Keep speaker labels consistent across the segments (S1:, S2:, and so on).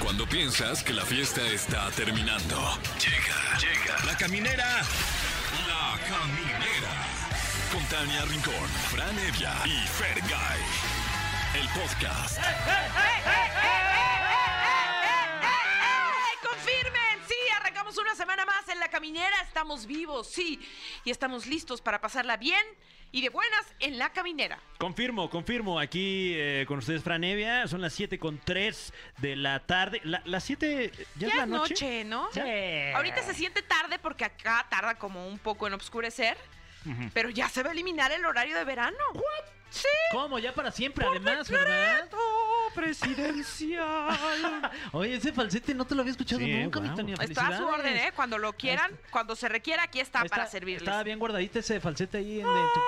S1: Cuando piensas que la fiesta está terminando. Llega, llega. La caminera. La caminera. Con Tania Rincón, Fran Evia y Fer El podcast.
S2: ¡Ay, ¡Eh, confirmen! Sí, arrancamos una semana más en la caminera. Estamos vivos, sí. Y estamos listos para pasarla bien y de buenas en la caminera.
S3: Confirmo, confirmo. Aquí eh, con ustedes, Franevia. Son las 7 con 3 de la tarde. La- las 7
S2: Ya,
S3: ya, es la
S2: es
S3: noche.
S2: noche, ¿no?
S3: ¿Ya?
S2: Ahorita se siente tarde porque acá tarda como un poco en oscurecer,
S3: Ujú.
S2: pero ya se va a eliminar el horario de verano. Sí.
S4: ¿Cómo? Ya para siempre, además, ¿verdad?
S2: Oh, presidencial.
S4: Oye, ese falsete no te lo había escuchado
S3: Sí,
S4: nunca,
S3: guau.
S4: mi Tania.
S2: Está a su
S4: Felicidades.
S2: orden, ¿eh? Cuando lo quieran, cuando se requiera, aquí está,
S4: Está-
S2: para servirles.
S4: Estaba bien guardadito ese falsete ahí en de tu...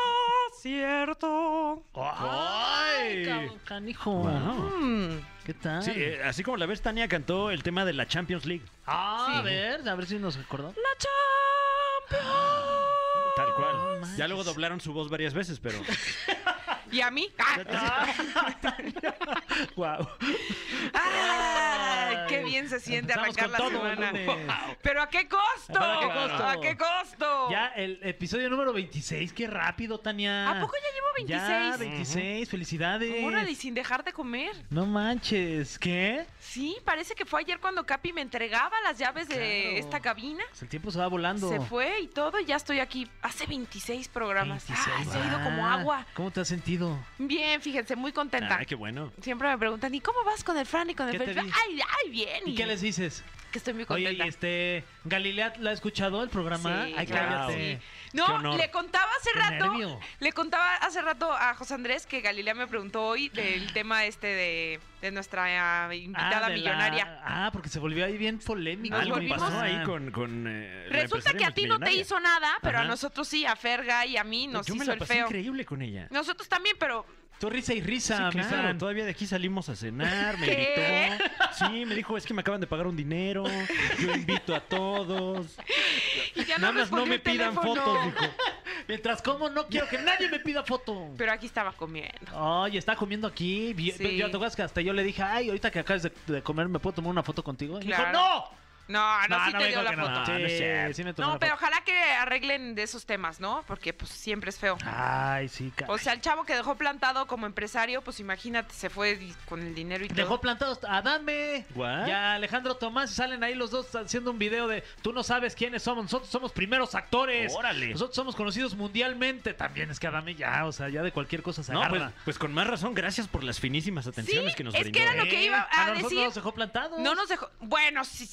S2: Cierto.
S4: ¡Ay,
S3: ¡Ay!
S4: cabrón, canijo!
S2: Ah,
S3: Wow.
S4: ¿Qué tal?
S3: Ah, Sí, eh, así como la ves, Tania cantó el tema de la Champions League.
S4: Ah, a ver, a ver si nos acordamos.
S2: La Champions.
S3: Tal cual.
S2: Ah,
S4: manches.
S3: ya luego doblaron su voz varias veces, pero.
S2: ¿Y a mí? ¡Ah!
S4: ¡Guau!
S2: ¡Ay, ¡Qué bien se siente
S4: Empezamos
S2: arrancar la
S4: con todo el
S2: semana!
S4: lunes.
S2: ¡Pero a qué costo!
S4: ¿Pero a qué costo?
S2: ¿A qué costo?
S4: Ya el episodio número 26, qué rápido, Tania.
S2: ¿A poco ya llevo 26?
S4: Ya, 26, felicidades.
S2: Órale, y sin dejar de comer.
S4: No manches, ¿qué?
S2: Sí, parece que fue ayer cuando Capi me entregaba las llaves de
S4: Claro.
S2: esta cabina.
S4: Pues El tiempo se va volando.
S2: Se fue y todo, y ya estoy aquí. Hace 26 programas.
S4: 26,
S2: Ah, se ha ido
S4: va.
S2: como agua.
S4: ¿Cómo te has sentido?
S2: Bien, fíjense, muy contenta.
S3: ¡Ay, qué bueno!
S2: Siempre me preguntan, ¿y cómo vas con el Fran y con el
S4: Ah, ¿Qué
S2: Fer?
S4: te di?
S2: Ay, ay, bien.
S4: ¿Y qué les dices?
S2: Que estoy muy
S4: Oye, y
S2: contenta.
S4: este, Galilea, ¿la ha escuchado el programa?
S2: Sí,
S4: Ay,
S2: claro,
S4: cállate.
S2: sí.
S3: Qué
S2: No,
S3: honor.
S2: le contaba hace
S4: Qué
S2: rato.
S4: nervio.
S2: Le contaba hace rato a José Andrés que Galilea me preguntó hoy del tema este de, de nuestra eh, invitada
S4: Ah, de la-
S2: millonaria.
S4: Ah, porque se volvió ahí bien polémico.
S2: Nos
S3: Algo
S2: volvimos-
S3: pasó
S4: Ah.
S3: ahí con. con eh, la
S2: Resulta
S3: empresaria
S2: que a ti no te
S3: multimillonaria.
S2: hizo nada, pero a
S3: Ajá.
S2: nosotros sí, a Ferga y a mí nos
S3: Yo me
S2: hizo
S3: la
S2: el
S3: pasé
S2: feo.
S3: increíble con ella.
S2: Nosotros también, pero
S4: Tú risa y
S3: Sí,
S4: risa, mi
S3: claro,
S4: Fran.
S3: todavía de aquí salimos a cenar, me
S2: ¿Qué?
S3: gritó. Sí, me dijo, es que me acaban de pagar un dinero, yo invito a todos.
S2: y ya no,
S3: Nada más
S2: respondió
S3: no me
S2: el
S3: pidan
S2: teléfono.
S3: fotos, dijo. pues,
S4: Mientras como, no quiero que nadie me pida foto.
S2: Pero aquí estaba comiendo.
S4: Ay, está comiendo aquí. Vi-
S2: Sí.
S4: Yo te acuerdas que hasta yo le dije, ay, ahorita que acabas de, de comer, ¿me puedo tomar una foto contigo? Y
S2: Claro. Ah,
S4: dijo,
S2: No,
S4: no.
S2: no, sí te
S4: me
S2: dio
S4: dijo
S2: la
S4: que no.
S2: foto. Ah,
S4: Sí,
S3: no es cierto.
S4: sí me tomó
S2: No,
S4: la
S2: pero
S4: foto.
S2: ojalá que arreglen de esos temas, ¿no? Porque pues siempre es feo.
S4: Ah, Ay, sí,
S2: O
S4: caray.
S2: sea, el chavo que dejó plantado como empresario, pues imagínate, se fue y- con el dinero y todo.
S4: Dejó plantados a Dame
S3: What?
S4: y a Alejandro Tomás. y Salen ahí los dos haciendo un video de tú no sabes quiénes somos. Nosotros somos primeros actores.
S3: Órale.
S4: Nosotros somos conocidos mundialmente. También es que Adame ya, o sea, ya de cualquier cosa se
S3: No, pues,
S4: agarra.
S3: pues con más razón, gracias por las finísimas atenciones
S2: Sí,
S3: que nos
S2: es
S3: brindó.
S2: que era lo
S3: ¿eh?
S2: que iba a
S4: Ah, nosotros
S2: decir.
S4: nos dejó plantados.
S2: No nos dejó. Bueno, sí.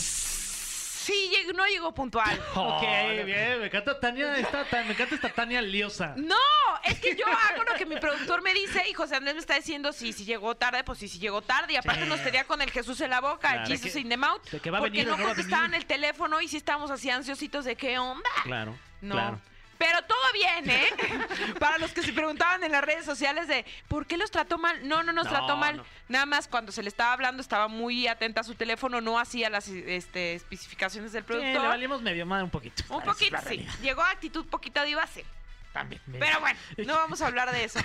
S2: Sí, lleg- no llegó puntual.
S4: Ok, Oh, bien, me encanta Tania, esta, ta- me encanta esta Tania liosa.
S2: No, es que yo hago lo que mi productor me dice y José Andrés me está diciendo si si llegó tarde, pues sí, si llegó tarde. Y aparte
S4: Sí.
S2: nos tenía con el Jesús en la boca,
S3: Claro.
S2: el Jesus
S4: De que-
S2: in the mouth.
S4: de que va a
S2: porque
S4: venir o
S2: no
S4: no va a
S2: contestaban
S4: venir.
S2: el teléfono y sí estábamos así ansiositos de qué onda.
S3: Eh, Claro,
S2: No.
S3: claro.
S2: Pero todo bien, ¿eh? Para los que se preguntaban en las redes sociales de por qué los trató mal. No, no nos
S3: No,
S2: trató mal.
S3: no.
S2: Nada más cuando se le estaba hablando estaba muy atenta a su teléfono, no hacía las este, especificaciones del
S4: Sí, eh, le
S2: productor.
S4: valimos medio madre un poquito.
S2: Un
S4: Esa es
S2: poquito,
S4: la
S2: sí.
S4: realidad.
S2: Llegó a actitud poquita diva, sí.
S4: También.
S2: Pero bueno, no vamos a hablar de eso.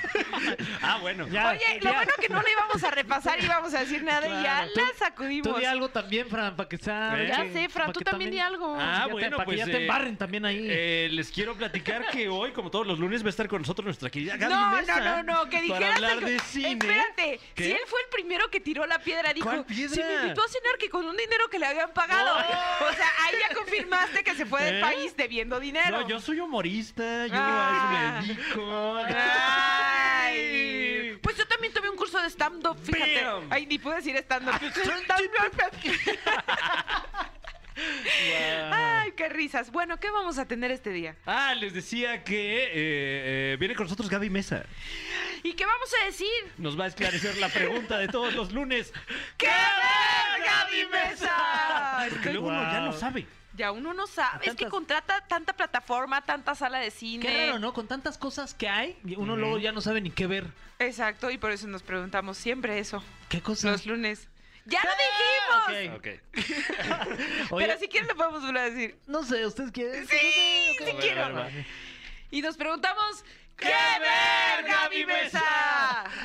S3: Ah, bueno.
S4: Ya,
S2: Oye, lo
S4: ya.
S2: bueno que no le íbamos a repasar, íbamos a decir nada y ya
S4: Claro, tú-
S2: la sacudimos.
S4: Tú di algo también, Fran, para que sea.
S3: ¿Eh?
S2: Ya
S4: que-
S2: sé, Fran,
S4: pa'
S2: tú
S4: que
S2: también di algo.
S3: Ah,
S4: ya te-
S3: bueno,
S4: pa' que
S3: pues,
S4: ya te
S3: eh,
S4: embarren también ahí.
S3: Eh, les quiero platicar que hoy, como todos los lunes, va a estar con nosotros nuestra querida Gaby
S2: No, no, no,
S3: Mesa
S2: no, que dijeras
S3: Para hablar
S2: algo.
S3: de cine.
S2: Espérate,
S3: ¿Qué?
S2: si él fue el primero que tiró la piedra, dijo,
S3: ¿Cuál piedra? ¡Oh!
S2: si me invitó a cenar que con un dinero que le habían pagado. O sea, ahí ya confirmaste que se fue del
S3: ¿Eh?
S2: país debiendo dinero.
S3: No, yo soy humorista, yo
S2: Ah.
S3: a eso me dedico.
S2: Ay. Pues yo también tuve un curso de stand-up, fíjate.
S3: Bam.
S2: Ay, ni pude decir stand-up.
S3: Ah,
S2: Stand-up. Ay, qué risas. Bueno, ¿qué vamos a tener este día?
S3: Ah, les decía que eh, eh, viene con nosotros Gaby Mesa.
S2: ¿Y qué vamos a decir?
S3: Nos va a esclarecer la pregunta de todos los lunes.
S2: ¡Qué verga, mi mesa!
S3: Porque luego uno ya
S4: Wow.
S3: no sabe.
S2: Ya uno no sabe, es que
S4: tantas-
S2: contrata tanta plataforma, tanta sala de cine.
S4: Qué raro, ¿no? Con tantas cosas que hay, uno luego ya no sabe ni qué ver.
S2: Exacto, y por eso nos preguntamos siempre eso,
S4: ¿Qué
S2: los
S4: cosas?
S2: lunes.
S4: ¡Ah!
S2: ¡Ya lo dijimos!
S4: Ok.
S2: Pero si quieren lo podemos volver a decir.
S4: No sé, ¿ustedes quieren?
S2: Sí, sí
S4: Ok.
S2: quiero.
S3: a ver,
S2: Y nos preguntamos, ¡Qué verga mi mesa!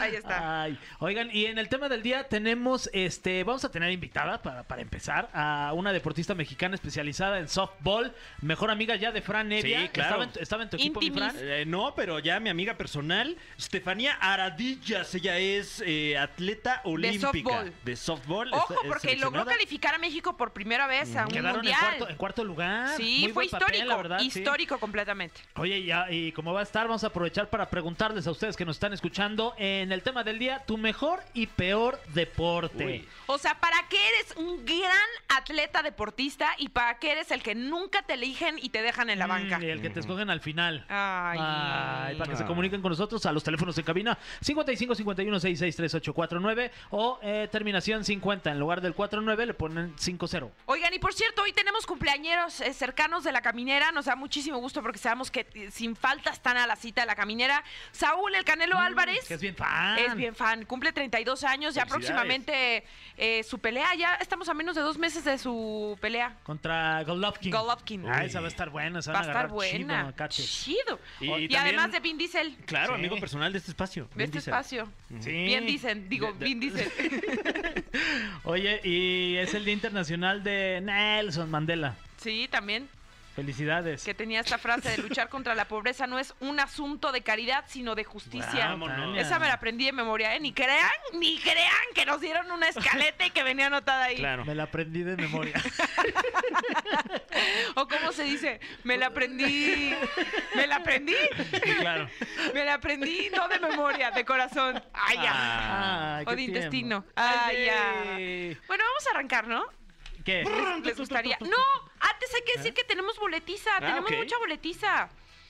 S2: Ahí está.
S4: Ay, oigan, y en el tema del día tenemos, este, vamos a tener invitada para, para empezar a una deportista mexicana especializada en softball, mejor amiga ya de Fran Evia.
S3: Sí, claro.
S4: Estaba en, tu- estaba en tu equipo, mi
S2: Intimis.
S4: Fran.
S3: Eh, no, pero ya mi amiga personal, Estefanía Aradillas, ella es eh, atleta olímpica
S2: softball.
S3: de softball,
S2: Ojo,
S3: es- es
S2: porque logró
S3: seleccionada.
S2: calificar a México por primera vez a un
S4: Mm, Quedaron en
S2: mundial.
S4: cuarto, en cuarto lugar.
S2: Sí, fue
S4: Muy buen papel,
S2: histórico,
S4: la verdad, sí.
S2: histórico completamente.
S4: Oye, y, a- y como va a estar, vamos a aprovechar para preguntarles a ustedes que nos están escuchando en el tema del día, tu mejor y peor deporte.
S3: Uy.
S2: O sea, ¿para qué eres un gran atleta deportista y para qué eres el que nunca te eligen y te dejan en la
S4: Mm,
S2: banca?
S4: y el que te escogen al final.
S2: Ay.
S4: Ay, para que se
S3: Ah.
S4: comuniquen con nosotros a los teléfonos en cabina 55 51 66 3849 o eh, terminación 50. En lugar del 49 le ponen 50.
S2: Oigan, y por cierto, hoy tenemos cumpleañeros eh, cercanos de la caminera. Nos da muchísimo gusto porque sabemos que eh, sin falta están a la cita de la caminera. Saúl, el Canelo Álvarez.
S4: Que Mm, es bien fan.
S2: Es bien fan, cumple 32 años, ya
S3: Felicidades.
S2: próximamente eh, su pelea, ya estamos a menos de dos meses de su pelea.
S4: Contra Golovkin.
S2: Golovkin.
S4: Ah,
S3: Uy.
S4: esa va a estar buena. Se
S2: Va
S4: van
S2: a estar
S4: agarrar
S2: buena.
S4: chido, caches.
S2: Chido.
S3: Y
S2: Y,
S3: también-
S2: además de Vin Diesel,
S3: Claro,
S4: Sí.
S3: amigo personal de este espacio.
S2: de
S3: Vin
S2: este
S3: Diesel.
S2: espacio.
S4: Sí.
S2: Bien dicen, digo,
S4: De- de-
S2: Vin Diesel.
S4: Oye, y es el Día Internacional de Nelson Mandela.
S2: Sí, también,
S4: Felicidades.
S2: que tenía esta frase de luchar contra la pobreza no es un asunto de caridad, sino de justicia.
S3: Vámonos.
S2: Esa me la aprendí de memoria, ¿eh? Ni crean, ni crean que nos dieron una escaleta y que venía anotada ahí.
S3: Claro.
S4: Me la aprendí de memoria.
S2: O cómo se dice, me la aprendí, me la aprendí,
S3: claro.
S2: me la aprendí, no de memoria, de corazón. Ay, ya.
S3: Ah.
S4: Ay,
S2: o de
S4: qué tierno.
S2: intestino. Ay,
S4: sí.
S2: ya. Bueno, vamos a arrancar, ¿no?
S4: ¿Qué?
S2: ¿Les, les gustaría? No, antes hay que decir que tenemos boletiza, tenemos
S3: ¿Eh? Ah, ok.
S2: mucha boletiza.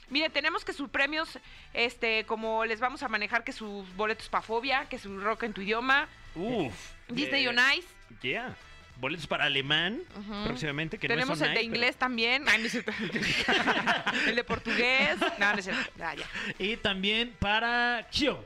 S2: Mire, tenemos que sus premios, este, como les vamos a manejar, que sus boletos para fobia, que su rock en tu idioma,
S3: Uf.
S2: Disney
S3: Eh,
S2: on Ice.
S3: Yeah. Boletos para alemán
S2: Ujú.
S3: próximamente. Que no es
S2: Tenemos
S3: on
S2: el de
S3: ice, pero- Ah,
S2: inglés también. Ay, no es cierto. el de portugués. No, no es cierto. Ah, ya.
S4: Y también para Kyo.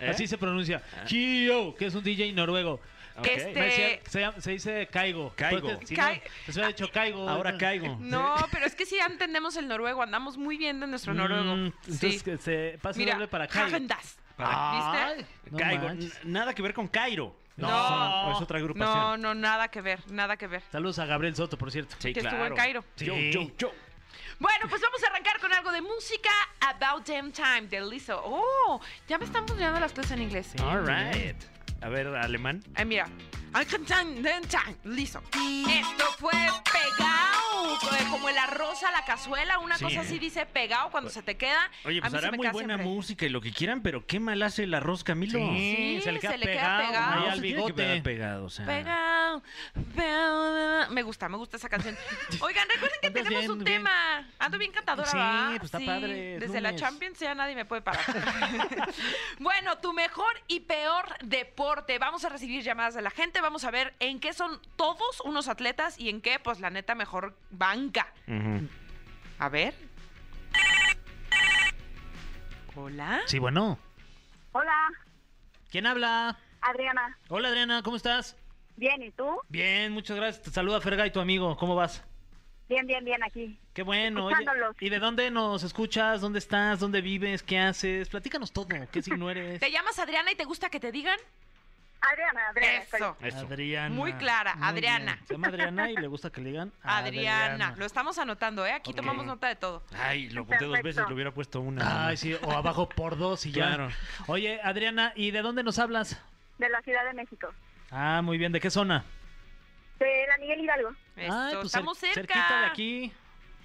S3: ¿Eh?
S4: Así se pronuncia.
S3: Ah.
S4: Kyo, que es un DJ noruego.
S3: Ok.
S2: Este-
S4: Me decía- se, llama- se dice Caigo.
S3: Caigo.
S4: Entonces, Si
S2: Cai-
S4: no, se hubiera
S2: Ah,
S4: dicho Caigo.
S3: Ahora caigo.
S2: No, pero es que sí entendemos el noruego, andamos muy bien de nuestro
S4: Mm,
S2: noruego.
S4: entonces
S2: sí.
S4: que se pase
S2: Mira,
S4: doble para Caigo.
S2: Häagen-Dazs.
S3: Para-
S2: ¿Viste?
S4: no
S3: Caigo.
S4: manches.
S3: N- Nada que ver con Cairo.
S4: No.
S3: Son- Es otra agrupación.
S2: No, no, nada que ver, nada que ver.
S4: Saludos a Gabriel Soto, por cierto.
S3: Sí,
S2: que estuvo
S3: claro.
S2: en Cairo.
S3: Sí.
S4: Sí.
S3: Yo, yo, yo.
S2: Bueno, pues vamos a arrancar con algo de música About Damn Time de Lizzo. Oh, ya me están funcionando las cosas en inglés.
S3: All right. A ver, alemán.
S2: Ay, mira. About Damn Time, Lizzo. Esto fue pegado, eh, como el arroz a la cazuela, una
S3: Sí,
S2: cosa
S3: ¿eh?
S2: así dice pegado cuando se te queda.
S3: Oye, pues
S2: A mí se
S3: hará
S2: me
S3: muy
S2: queda
S3: buena
S2: siempre.
S3: música y lo que quieran, pero qué mal hace el arroz, Camilo.
S2: Sí, se le queda pegado.
S4: ahí
S3: No,
S4: al
S3: se tiene que
S4: bigote.
S3: quedar pegado, o
S4: Ah.
S3: sea.
S2: Pegado, pegado. Me gusta, me gusta esa canción. Oigan, recuerden que
S4: Andas
S2: tenemos
S4: bien,
S2: un
S4: bien.
S2: tema. Ando bien cantadora,
S4: Sí,
S2: ¿va?
S4: pues está padre, es
S2: Desde la
S4: lunes.
S2: Champions ya nadie me puede parar. bueno, tu mejor y peor deporte. Vamos a recibir llamadas de la gente. Vamos a ver en qué son todos unos atletas y en qué, pues, la neta, mejor banca.
S3: Ujú.
S2: A ver. Hola.
S4: Sí, bueno.
S5: Hola,
S4: ¿Quién habla?
S5: Adriana.
S4: Hola, Adriana, ¿cómo estás?
S5: Bien, ¿y tú?
S4: Bien, muchas gracias. Te saluda Ferga y tu amigo. ¿Cómo vas?
S5: Bien, bien, bien aquí.
S4: Qué bueno. oye.
S5: Escuchándolos.
S4: ¿Y de dónde nos escuchas? ¿Dónde estás? ¿Dónde vives? ¿Qué haces? Platícanos todo. ¿Qué signo eres?
S2: ¿Te llamas Adriana y te gusta que te digan?
S5: Adriana, Adriana.
S2: Eso.
S3: Eso.
S4: Adriana.
S2: Muy clara, Adriana.
S4: bien. Se llama Adriana y le gusta que le digan
S2: Adriana. Lo estamos anotando, ¿eh? Aquí
S4: Ok.
S2: tomamos nota de todo.
S3: Ay, lo apunté dos veces,
S5: Perfecto.
S3: le hubiera puesto una.
S4: Ay, sí, o abajo por dos y ya.
S3: Claro.
S4: Oye, Adriana, ¿y de dónde nos hablas?
S5: De la Ciudad de México.
S4: Ah, muy bien. ¿De qué zona?
S5: De la Miguel Hidalgo.
S2: Eso,
S4: Ay, pues, cer-
S2: estamos cerca.
S4: Cerquita de aquí.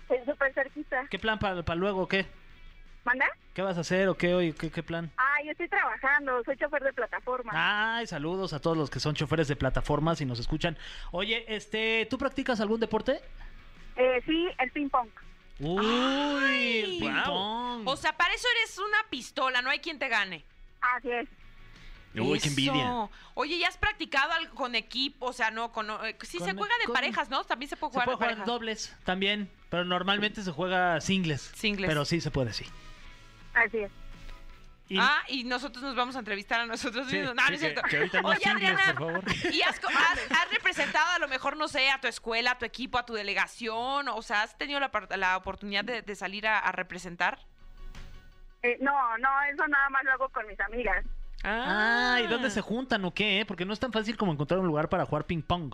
S5: Es súper cerquita.
S4: ¿Qué plan para luego o qué?
S5: ¿Manda?
S4: ¿Qué vas a hacer o qué hoy? ¿Qué, qué plan?
S5: Ah, yo estoy trabajando. Soy chofer de plataforma.
S2: Ah.
S4: Ay, saludos a todos los que son choferes de plataformas y nos escuchan. Oye, este, ¿tú practicas algún deporte?
S5: Eh, sí, el ping-pong.
S4: Uy, el
S3: Guau.
S4: ping-pong.
S2: O sea, para eso eres una pistola, no hay quien te gane.
S5: Así es.
S3: Uy,
S2: Eso.
S3: qué envidia.
S2: Oye, ¿ya has practicado algo con equipo? O sea, no, con. eh, sí, se
S4: Con-
S2: juega de
S4: con-
S2: parejas, ¿no? También se puede
S4: se
S2: jugar
S4: puede
S2: de
S4: jugar en
S2: parejas.
S4: dobles también, pero normalmente se juega singles.
S2: Singles.
S4: Pero sí se puede, sí.
S5: Así es.
S4: Y-
S2: Ah, y nosotros nos vamos a entrevistar a nosotros
S3: Sí,
S2: mismos. No, no
S3: sí,
S2: es cierto.
S3: que- que ahorita no
S2: Oye,
S3: singles,
S2: Adriana,
S3: por favor.
S2: ¿y has, co- has- has representado a lo mejor, no sé, a tu escuela, a tu equipo, a tu delegación? O sea, ¿has tenido la, par- la oportunidad de, de salir a, a representar?
S5: Eh, no, no, eso nada más lo hago con mis amigas.
S4: Ah, ¿y dónde se juntan o qué? eh? Porque no es tan fácil como encontrar un lugar para jugar ping pong.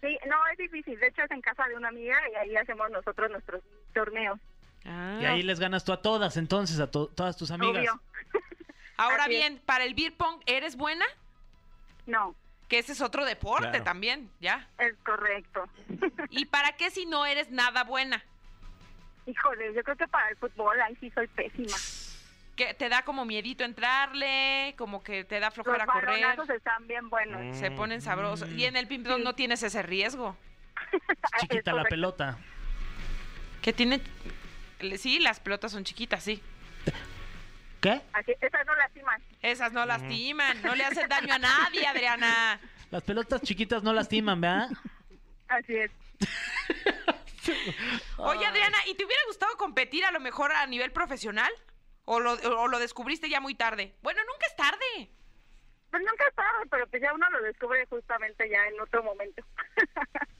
S5: Sí, no, es difícil. De hecho, es en casa de una amiga y ahí hacemos nosotros nuestros torneos.
S2: Ah.
S4: Y ahí les ganas tú a todas, entonces, a to- todas tus amigas.
S5: Obvio.
S2: Ahora
S5: Así es.
S2: bien, para el beer pong, ¿eres buena?
S5: No,
S2: Que ese es otro deporte
S3: Claro.
S2: también, ya.
S5: es correcto.
S2: ¿Y para qué si no eres nada buena?
S5: Híjole, yo creo que para el fútbol ahí sí soy pésima.
S2: Que te da como miedito entrarle, como que te da
S5: Los
S2: flojera correr,
S5: balonazos están bien buenos.
S2: se ponen sabrosos. Y en el ping pong no tienes ese riesgo.
S5: Es
S4: Chiquita la
S5: correcto.
S4: pelota.
S2: Que tiene... Sí, las pelotas son chiquitas, sí.
S4: ¿Qué?
S5: Así, esas no lastiman.
S2: Esas no lastiman, no le hacen daño a nadie, Adriana.
S4: Las pelotas chiquitas no lastiman, ¿verdad?
S5: Así es.
S2: Oye, Adriana, ¿y te hubiera gustado competir a lo mejor a nivel profesional? ¿O lo, o lo descubriste ya muy tarde? Bueno, nunca es tarde.
S5: Pues nunca es tarde, pero pues ya uno lo descubre justamente ya en otro momento.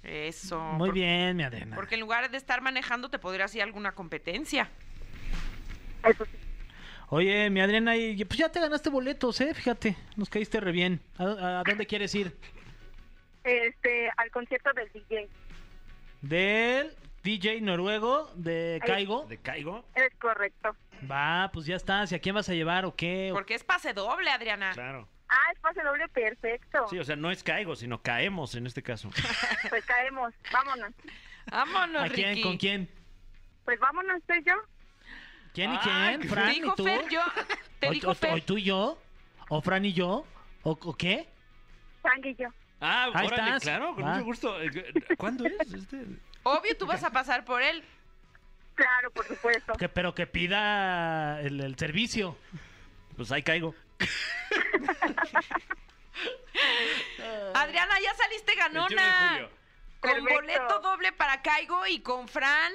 S2: Eso.
S4: Muy
S2: por-
S4: bien, mi Adriana.
S2: Porque en lugar de estar manejando, te podrías ir a alguna competencia.
S5: Eso sí.
S4: Oye, mi Adriana, y- pues ya te ganaste boletos, ¿eh? Fíjate, nos caíste re bien. ¿A, a dónde quieres ir?
S5: Este, al concierto del DJ.
S4: Del DJ noruego de Caigo.
S3: ¿De caigo?
S5: Es correcto.
S4: Va, pues ya estás. ¿Y a quién vas a llevar o qué?
S2: Porque es pase doble, Adriana.
S3: Claro.
S5: Ah, es pase doble perfecto.
S3: Sí, o sea, no es caigo, sino caemos en este caso.
S5: Pues caemos. Vámonos.
S2: Vámonos,
S4: ¿A quién?
S2: Ricky.
S4: ¿Con quién?
S5: Pues vámonos, soy yo.
S4: ¿Quién y
S3: Ah,
S4: quién?
S3: que-
S4: ¿Fran
S2: Te
S4: y
S2: dijo
S4: tú?
S2: Fer, yo. Te
S4: ¿O-
S2: dijo
S4: o-
S2: Fer.
S4: o tú y yo? ¿O Fran y yo? ¿O, o qué?
S5: Frank y yo.
S3: Ah,
S4: Ahí
S3: órale,
S4: estás.
S3: claro, con
S4: Va.
S3: mucho gusto. Eh, ¿Cuándo es este?
S2: Obvio, tú vas a pasar por él.
S5: Claro, por supuesto.
S4: Que- pero que pida el, el servicio.
S3: Pues ahí caigo.
S2: Adriana, ya saliste
S3: 21 Ah. de
S2: ganona.
S3: julio.
S2: Con
S5: Perfecto.
S2: boleto doble para Caigo y con Fran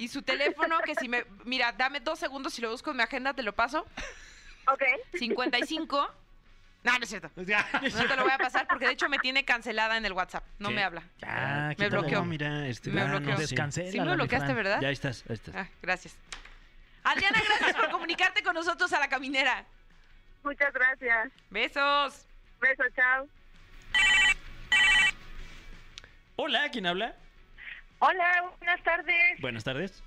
S2: y su teléfono que si me... Mira, dame dos segundos si lo busco en mi agenda, te lo paso.
S5: Ok.
S2: 55. No, no es cierto. No te lo voy a pasar porque de hecho me tiene cancelada en el WhatsApp. No
S3: ¿Qué?
S2: me habla.
S4: Ya,
S3: Ah,
S4: quítale.
S2: bloqueó.
S4: No, mira,
S3: mira, este,
S2: Me
S3: ah, no
S2: bloqueó.
S3: sé.
S4: descansé.
S2: Sí me lo bloqueaste, ¿verdad?
S3: Ya ahí estás, ahí estás.
S2: Ah, gracias. Adriana, gracias por comunicarte con nosotros a la caminera.
S5: Muchas gracias.
S2: Besos.
S5: Beso, chao.
S3: Hola, ¿quién habla?
S5: Hola, buenas tardes.
S3: Buenas tardes.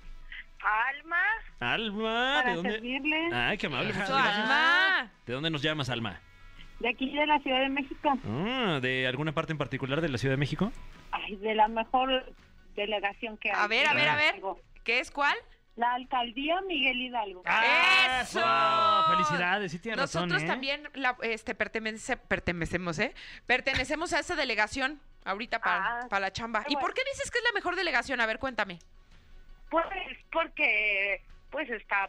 S5: Alma.
S3: Alma, Ah, ¿de dónde? Ah.
S5: servirles.
S3: Ay, qué amable. muchas
S2: Su
S3: gracias.
S2: alma.
S3: ¿De dónde nos llamas, Alma?
S5: De aquí de la Ciudad de México.
S3: Ah, ¿De alguna parte en particular de la Ciudad de México?
S5: Ay, de la mejor delegación que
S2: A ver, a ver, a ver. ¿Qué es cuál?
S5: La alcaldía Miguel Hidalgo.
S4: Ah,
S2: ¡Eso!
S4: wow, Felicidades, sí tienes razón.
S2: Nosotros
S4: ¿eh?
S2: también la- este, pertenece- pertenecemos, ¿eh? Pertenecemos a esa delegación ahorita para,
S5: Ah,
S2: para la chamba.
S5: qué
S2: ¿Y por
S5: bueno.
S2: qué dices que es la mejor delegación? A ver, cuéntame.
S5: Pues porque pues está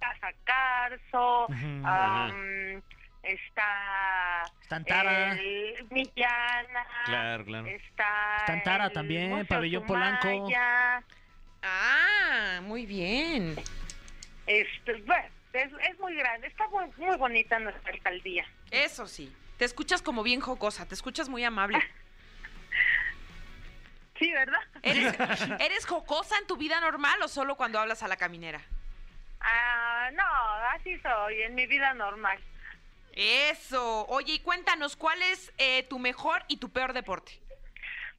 S5: Casa Carso,
S4: Ujú,
S3: ajá.
S5: am, está
S4: Tantara.
S2: Eh,
S5: el Millana,
S3: claro.
S5: este, está
S4: Tantara
S5: el
S4: también,
S5: Museo
S4: Pabellón Polanco.
S5: Sumaya,
S2: Ah, muy bien.
S5: este, bueno, es, es muy grande, está muy, muy bonita nuestra alcaldía.
S2: Eso sí. Te escuchas como bien jocosa, te escuchas muy amable.
S5: Sí, ¿verdad?
S2: ¿Eres, ¿Eres jocosa en tu vida normal o solo cuando hablas a la caminera?
S5: Ah, no, así soy en mi vida normal.
S2: Eso. Oye, y cuéntanos, ¿cuál es eh, tu mejor y tu peor deporte?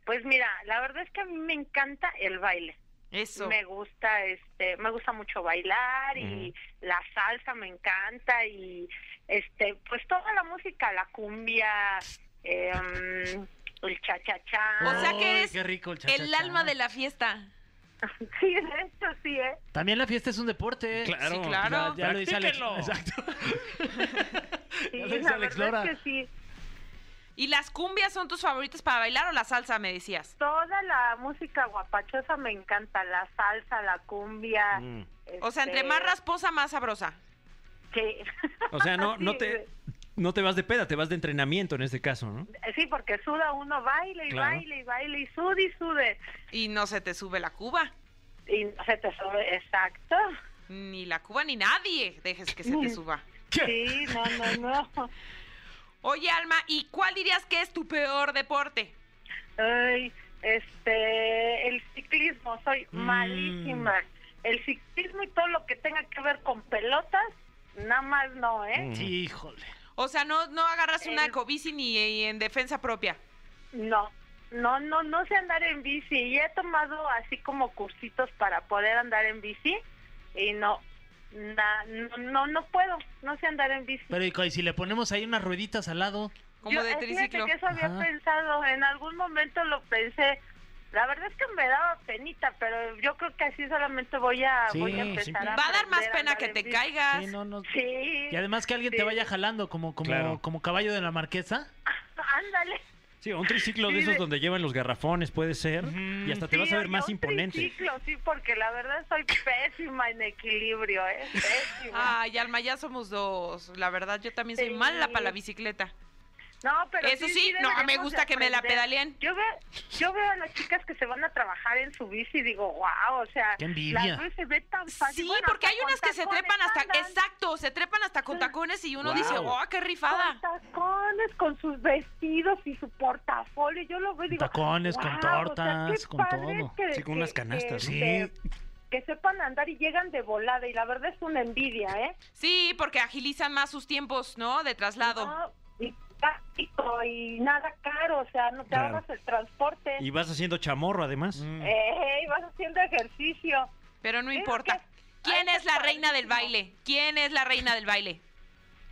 S5: Pues mira, la verdad es que a mí me encanta el baile.
S2: Eso.
S5: me gusta este me gusta mucho bailar y la salsa me encanta y este pues toda la música la cumbia em, el cha cha
S2: O sea
S5: cha
S2: que
S4: Ay,
S2: eres
S4: qué rico el,
S2: El
S4: cha-cha-cha.
S2: alma de la fiesta.
S5: sí de hecho sí eh
S4: También la fiesta es un deporte.
S3: Claro.
S2: Sí, claro.
S4: Ya, ya lo dice Alex.
S3: Practíquenlo.
S4: Exacto.
S5: sí
S4: Ya lo dice
S5: la
S4: Alex
S5: verdad
S4: Lora.
S5: es que sí
S2: ¿Y las cumbias son tus favoritas para bailar o la salsa, me decías?
S5: toda la música guapachosa me encanta la salsa la cumbia
S3: Mm.
S2: O sea, entre
S5: este,
S2: más rasposa, más sabrosa.
S5: sí
S3: O sea, no, no
S5: Sí.
S3: te no te vas de peda, te vas de entrenamiento en este caso, ¿no?
S5: sí porque suda uno baile y
S3: Claro.
S5: baile y baile y sude y sude
S2: Y no se te sube la cuba.
S5: y no se te sube exacto
S2: Ni la cuba ni nadie dejes que se te suba.
S5: sí no no no
S2: Oye, Alma, ¿y cuál dirías que es tu peor deporte?
S5: Ay, este, el ciclismo, soy malísima. El ciclismo y todo lo que tenga que ver con pelotas, Nada más no, ¿eh?
S4: Híjole.
S2: O sea, no, no agarras una
S5: Eh.
S2: cobici ni ni en defensa propia.
S5: No, no, no, no sé andar en bici. Y he tomado así como cursitos para poder andar en bici y no, na- no, no, no puedo, no sé andar en bici.
S4: Pero y, y si le ponemos ahí unas rueditas al lado,
S2: Como
S5: Yo,
S2: de
S5: eh, fíjate
S2: triciclo.
S5: que eso había
S4: Ajá.
S5: pensado, en algún momento lo pensé. La verdad es que me daba penita, pero yo creo que así solamente voy a,
S4: Sí,
S5: voy a
S4: sí.
S5: empezar a
S2: Va a dar más
S5: aprender
S2: pena
S5: andar
S2: que
S5: en
S2: te
S5: bici.
S2: caigas.
S4: sí, no, no.
S5: Ah, Sí.
S4: Y además que alguien te
S5: Sí.
S4: vaya jalando como, como,
S3: Claro.
S4: como caballo de la marquesa.
S5: Ándale.
S3: Sí, o un triciclo de
S5: Sí,
S3: esos
S5: de-
S3: donde llevan los garrafones puede ser.
S4: Ujú.
S3: Y hasta te vas
S5: Sí,
S3: a ver
S5: oye,
S3: más
S5: un
S3: imponente.
S5: triciclo, sí, porque la verdad soy pésima en equilibrio, ¿eh? Pésima.
S2: Ay, Alma, ya somos dos. La verdad, yo también soy
S5: Sí.
S2: mala para la bicicleta.
S5: No, pero
S2: Eso sí, no, me
S5: deberíamos
S2: gusta
S5: de
S2: que me la
S5: aprender.
S2: pedaleen.
S5: Yo veo, yo veo a las chicas que se van a trabajar en su bici y digo, wow, o sea,
S4: Qué envidia.
S5: las dos se ve tan fácil.
S2: Sí,
S5: Bueno,
S2: porque
S5: hasta
S2: hay unas
S5: con
S2: que se
S5: tacones
S2: trepan hasta...
S5: andan,
S2: Exacto, se trepan hasta con tacones y uno dice,
S3: Guau.
S2: oh, qué rifada.
S5: Con tacones, con sus vestidos y su portafolio. Yo lo veo y digo,
S4: Tacones, con
S5: "Guau,
S4: tortas,
S5: o sea, qué
S4: con
S5: padre
S4: todo".
S5: que-
S3: Sí, con unas
S5: que-
S3: canastas,
S5: que-
S3: sí.
S5: Que, que sepan andar y llegan de volada y la verdad es una envidia, ¿eh?
S2: Sí, porque agilizan más sus tiempos, ¿no? De traslado.
S5: No, y práctico y nada caro, o sea, no te
S3: Claro.
S5: ahorras el transporte.
S3: Y vas haciendo chamorro
S4: Mm.
S3: además.
S5: Mm.
S4: Eh,
S5: Ey, vas haciendo ejercicio.
S2: Pero no
S5: Es
S2: importa.
S5: que-
S2: ¿Quién
S5: ay,
S2: es la
S5: está
S2: reina del
S5: padrísimo.
S2: baile? ¿Quién es la reina del baile?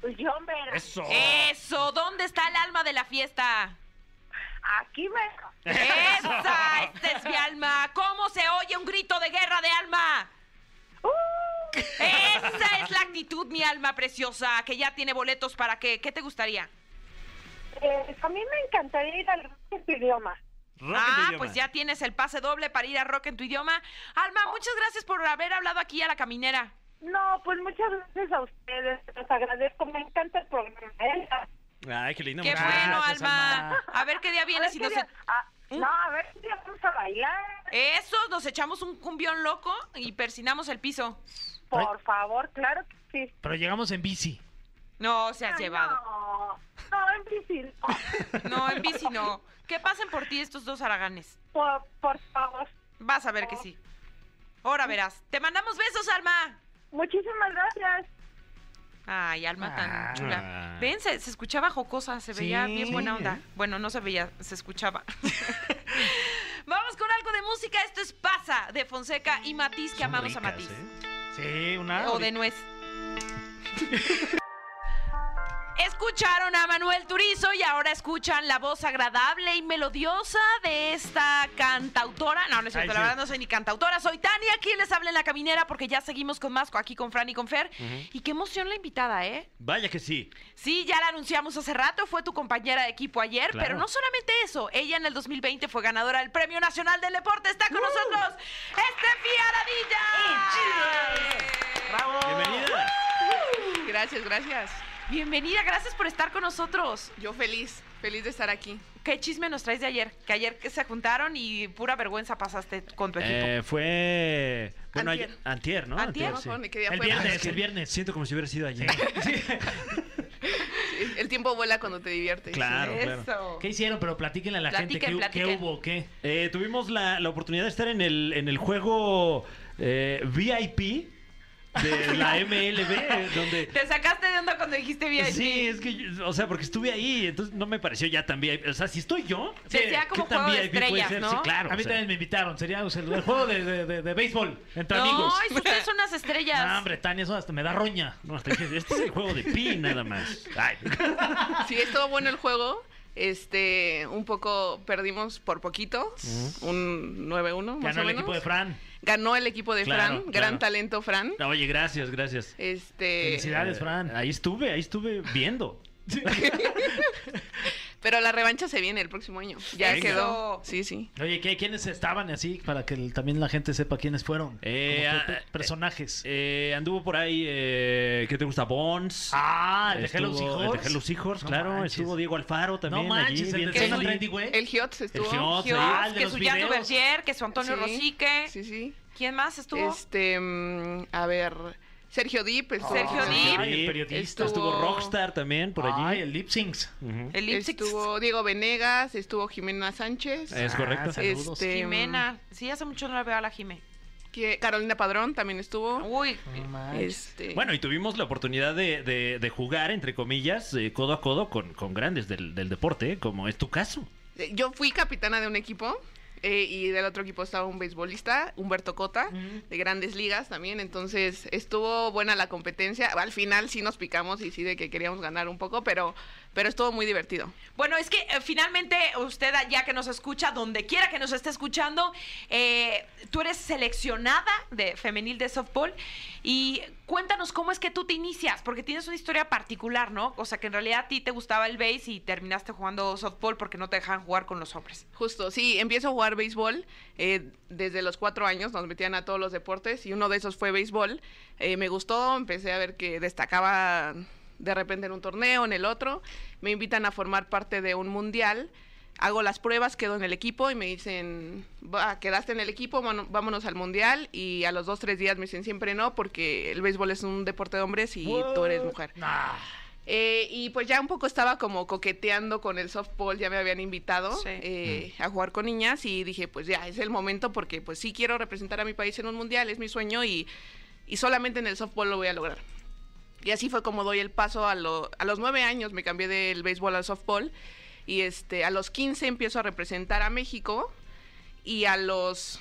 S5: Pues yo me
S3: Eso.
S2: Eso, ¿dónde está el alma de la fiesta?
S5: aquí me
S2: Esa, esta es mi alma. ¿Cómo se oye un grito de guerra de alma? Esa es la actitud, mi alma preciosa, que ya tiene boletos para qué. ¿Qué te gustaría?
S5: eh, a mí me encantaría ir al rock en tu idioma.
S3: Rock en tu
S2: ah,
S3: idioma.
S2: pues ya tienes el pase doble para ir a rock en tu idioma. Alma, muchas gracias por haber hablado aquí a la caminera.
S5: No, pues muchas gracias a ustedes, los agradezco, me encanta el programa. ¿eh?
S3: Ay, qué lindo.
S2: qué
S3: muchas
S2: bueno,
S3: gracias,
S2: alma. A ver qué día
S5: A
S2: vienes
S5: ver
S2: y
S5: qué
S2: nos.
S5: día- ah,
S2: ¿Mm?
S5: No, a ver, si vamos a bailar,
S2: Eso, nos echamos un cumbión loco y persinamos el piso.
S5: por favor, claro que sí.
S4: Pero llegamos en bici.
S2: No, se has
S5: Ay,
S2: llevado.
S5: No, no, en bici, no.
S2: No, en bici no. Que pasen por ti estos dos haraganes.
S5: por, por favor.
S2: Vas a ver que sí. Ahora verás. Te mandamos besos, Alma.
S5: Muchísimas gracias.
S2: Ay, Alma tan
S4: Ah.
S2: chula. Ven, se, se escuchaba jocosa, se veía
S4: Sí.
S2: bien buena onda. Bueno, no se veía, se escuchaba. Vamos con algo de música. Esto es Pasa de Fonseca y Matiz, que
S3: Son
S2: amamos a
S3: ricas,
S2: Matiz.
S3: ¿eh?
S4: Sí, una.
S2: O de nuez. Escucharon a Manuel Turizo y ahora escuchan la voz agradable y melodiosa de esta cantautora. No, no es cierto,
S4: Ay,
S2: la
S4: sí.
S2: verdad no soy ni cantautora, soy Tania, quien les habla en la caminera porque ya seguimos con más aquí con Fran y con Fer. Y qué emoción la invitada, ¿eh?
S3: Vaya que sí.
S2: Sí, ya la anunciamos hace rato, fue tu compañera de equipo ayer,
S3: Claro.
S2: pero no solamente eso, ella en el 2020 fue ganadora del Premio Nacional del Deporte, está con nosotros Estefía Radilla.
S4: ¡Bravo!
S3: Bienvenida.
S6: Gracias, gracias.
S2: Bienvenida, gracias por estar con nosotros.
S6: Yo feliz, feliz de estar aquí.
S2: ¿Qué chisme nos traes de ayer? Que ayer que se juntaron y pura vergüenza pasaste con tu equipo.
S3: Eh, fue. Bueno,
S6: Antier.
S3: ayer- antier, ¿no?
S2: Antier.
S6: No me acuerdo ni qué día
S4: El
S6: fue.
S4: viernes,
S3: Es que
S4: el viernes.
S3: Siento como si hubiera sido ayer.
S6: Sí, El tiempo vuela cuando te diviertes.
S3: Claro, claro.
S2: Eso.
S4: ¿Qué hicieron? Pero platíquenle a la gente
S2: Platiquen,
S4: ¿qué- qué,
S2: platiquen.
S4: hubo, qué.
S3: Eh, tuvimos la, la oportunidad de estar en el, en el juego eh, VIP de la MLB, eh, donde...
S2: Te sacaste de onda cuando dijiste bien.
S3: Sí, es que, yo- o sea, porque estuve ahí, entonces no me pareció ya tan VIP. O sea, si estoy yo,
S2: Decía
S3: ¿qué
S2: como
S3: tan
S2: juego de
S3: VIP puede
S2: estrellas,
S3: ser?
S2: ¿no?
S3: Sí, claro.
S4: A mí
S3: o sea,
S4: también me invitaron. Sería o sea, el juego de, de- de- de béisbol entre
S2: No,
S4: amigos.
S2: es ustedes son unas estrellas.
S4: No, hombre, Tania, eso hasta me da roña.
S3: no, hasta dije, este es el juego de pi nada más. Ay.
S6: Sí, estuvo bueno el juego. Este, un poco perdimos por poquito, un 9-1 más
S4: Ganó
S6: o
S4: el
S6: menos.
S4: equipo de Fran.
S6: Ganó el equipo de
S3: Claro,
S6: Fran,
S3: claro.
S6: gran talento Fran.
S3: No, oye, gracias, gracias. Eh,
S6: Este,
S4: Felicidades. Felicidades, Fran.
S3: Ahí estuve, ahí estuve viendo.
S6: pero la revancha se viene el próximo año. Ya
S2: Venga.
S6: quedó. Sí, sí.
S4: Oye, ¿qué, ¿quiénes estaban así? Para que el- también la gente sepa quiénes fueron.
S3: Eh,
S4: Como que
S3: ah,
S4: pe- personajes.
S3: Eh, anduvo por ahí, eh, ¿qué te gusta? Bones.
S4: ah, el de
S3: Estuvo-
S4: Hello Seahorse.
S3: el de Hello Seahorse,
S4: No
S3: claro.
S4: manches.
S3: Estuvo Diego Alfaro también.
S4: No manches,
S3: allí, bien
S4: el de Zona
S6: trendy.
S4: Trendy, güey.
S6: El Giots estuvo.
S3: Giots.
S2: Dios,
S4: Ah, el de
S2: que
S4: los
S2: su Jan
S4: videos.
S2: Duvertier, que su Antonio
S6: Sí,
S2: Rosique.
S6: Sí, sí.
S2: ¿Quién más estuvo?
S6: Este, mm, a ver, Sergio Dip. estuvo.
S2: Sergio
S3: Oh,
S4: Ah,
S2: Dip.
S4: Ay, el periodista.
S3: Estuvo...
S6: Estuvo-
S3: Rockstar también por allí.
S4: Ay, el lip syncs.
S3: Ujú.
S2: El Ipsix.
S6: Estuvo Diego Venegas, estuvo Jimena Sánchez.
S3: Es correcto.
S4: Ah, saludos.
S6: Este,
S2: Jimena. Sí, hace mucho no la veo a la Jime.
S6: que Carolina Padrón también estuvo.
S2: Uy,
S6: Este,
S3: Bueno, y tuvimos la oportunidad de, de- de jugar, entre comillas, eh, codo a codo con, con grandes del, del deporte, eh, como es tu caso.
S6: eh, yo fui capitana de un equipo eh, y del otro equipo estaba un beisbolista, Humberto Cota, de grandes ligas también. Entonces estuvo buena la competencia. Al final sí nos picamos y sí de que queríamos ganar un poco, pero, pero estuvo muy divertido.
S2: Bueno, es que eh, finalmente usted ya que nos escucha, donde quiera que nos esté escuchando, eh, tú eres seleccionada de femenil de softball y cuéntanos cómo es que tú te inicias, porque tienes una historia particular, ¿no? O sea, que en realidad a ti te gustaba el base y terminaste jugando softball porque no te dejaban jugar con los hombres.
S6: Justo, sí, empiezo a jugar béisbol eh, desde los cuatro años, nos metían a todos los deportes y uno de esos fue béisbol. Eh, me gustó, empecé a ver que destacaba de repente en un torneo, en el otro. Me invitan a formar parte de un mundial. Hago las pruebas, quedo en el equipo y me dicen, "Va, quedaste en el equipo, bueno, vámonos al mundial. Y a los dos, tres días me dicen siempre no, porque el béisbol es un deporte de hombres y tú eres mujer.
S4: Ah,
S6: Eh, y pues ya un poco estaba como coqueteando con el softball, ya me habían invitado
S2: Sí.
S6: eh, a jugar con niñas y dije, pues ya, es el momento porque pues sí quiero representar a mi país en un mundial, es mi sueño y, y solamente en el softball lo voy a lograr. Y así fue como doy el paso a, lo- a los nueve años, me cambié del béisbol al softball y este, a los 15 empiezo a representar a México y a los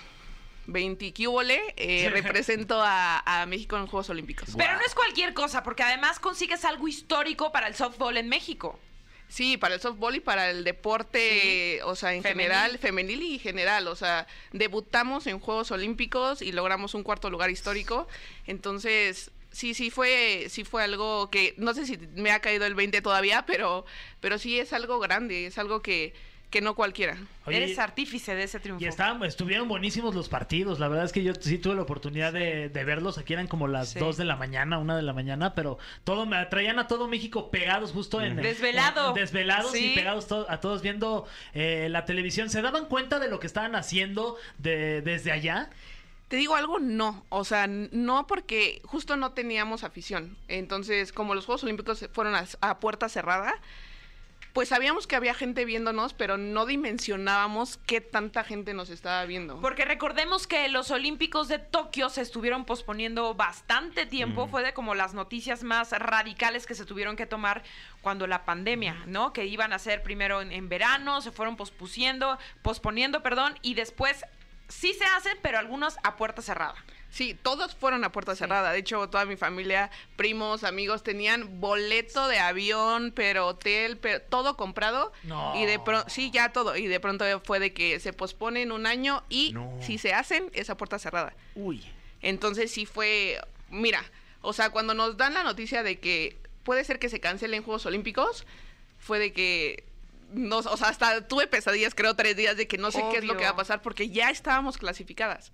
S6: 20 y qué hubole, eh, represento a, a México en los Juegos Olímpicos.
S2: Pero no es cualquier cosa, porque además consigues algo histórico para el softball en México.
S6: Sí, para el softball y para el deporte, eh, o sea, en
S2: Femenil.
S6: general, femenil y general, o sea, debutamos en Juegos Olímpicos y logramos un cuarto lugar histórico, entonces sí, sí fue, sí fue algo que no sé si me ha caído el 20 todavía, pero, pero sí es algo grande, es algo que, que no cualquiera.
S4: oye,
S2: eres artífice de ese triunfo.
S4: Y estaban, estuvieron buenísimos los partidos. La verdad es que yo sí tuve la oportunidad de, de verlos. Aquí eran como las
S2: Sí.
S4: 2 de la mañana, 1 de la mañana, pero todo me traían a todo México pegados justo en...
S2: Desvelado.
S4: en- desvelados
S2: Sí.
S4: y pegados to- a todos viendo eh, la televisión. ¿Se daban cuenta de lo que estaban haciendo de- desde allá?
S6: Te digo algo, no. O sea, n- no porque justo no teníamos afición. Entonces, como los Juegos Olímpicos fueron a, a puerta cerrada, pues sabíamos que había gente viéndonos, pero no dimensionábamos qué tanta gente nos estaba viendo.
S2: Porque recordemos que los Olímpicos de Tokio se estuvieron posponiendo bastante tiempo. Fue de como las noticias más radicales que se tuvieron que tomar cuando la pandemia, ¿no? Que iban a ser primero en, en verano, se fueron pospusiendo, posponiendo, perdón, y después sí se hacen, pero algunos a puerta cerrada.
S6: Sí, todos fueron a puerta cerrada. De hecho, toda mi familia, primos, amigos, tenían boleto de avión, pero hotel, pero todo comprado.
S4: No.
S6: Y de pronto, sí, ya todo. Y de pronto fue de que se pospone en un año y
S4: No.
S6: si se hacen, es a puerta cerrada.
S4: Uy.
S6: Entonces sí fue, mira, o sea, cuando nos dan la noticia de que puede ser que se cancelen Juegos Olímpicos, fue de que, no, o sea, hasta tuve pesadillas, creo, tres días de que no sé qué es lo que
S2: Obvio.
S6: va a pasar porque ya estábamos clasificadas.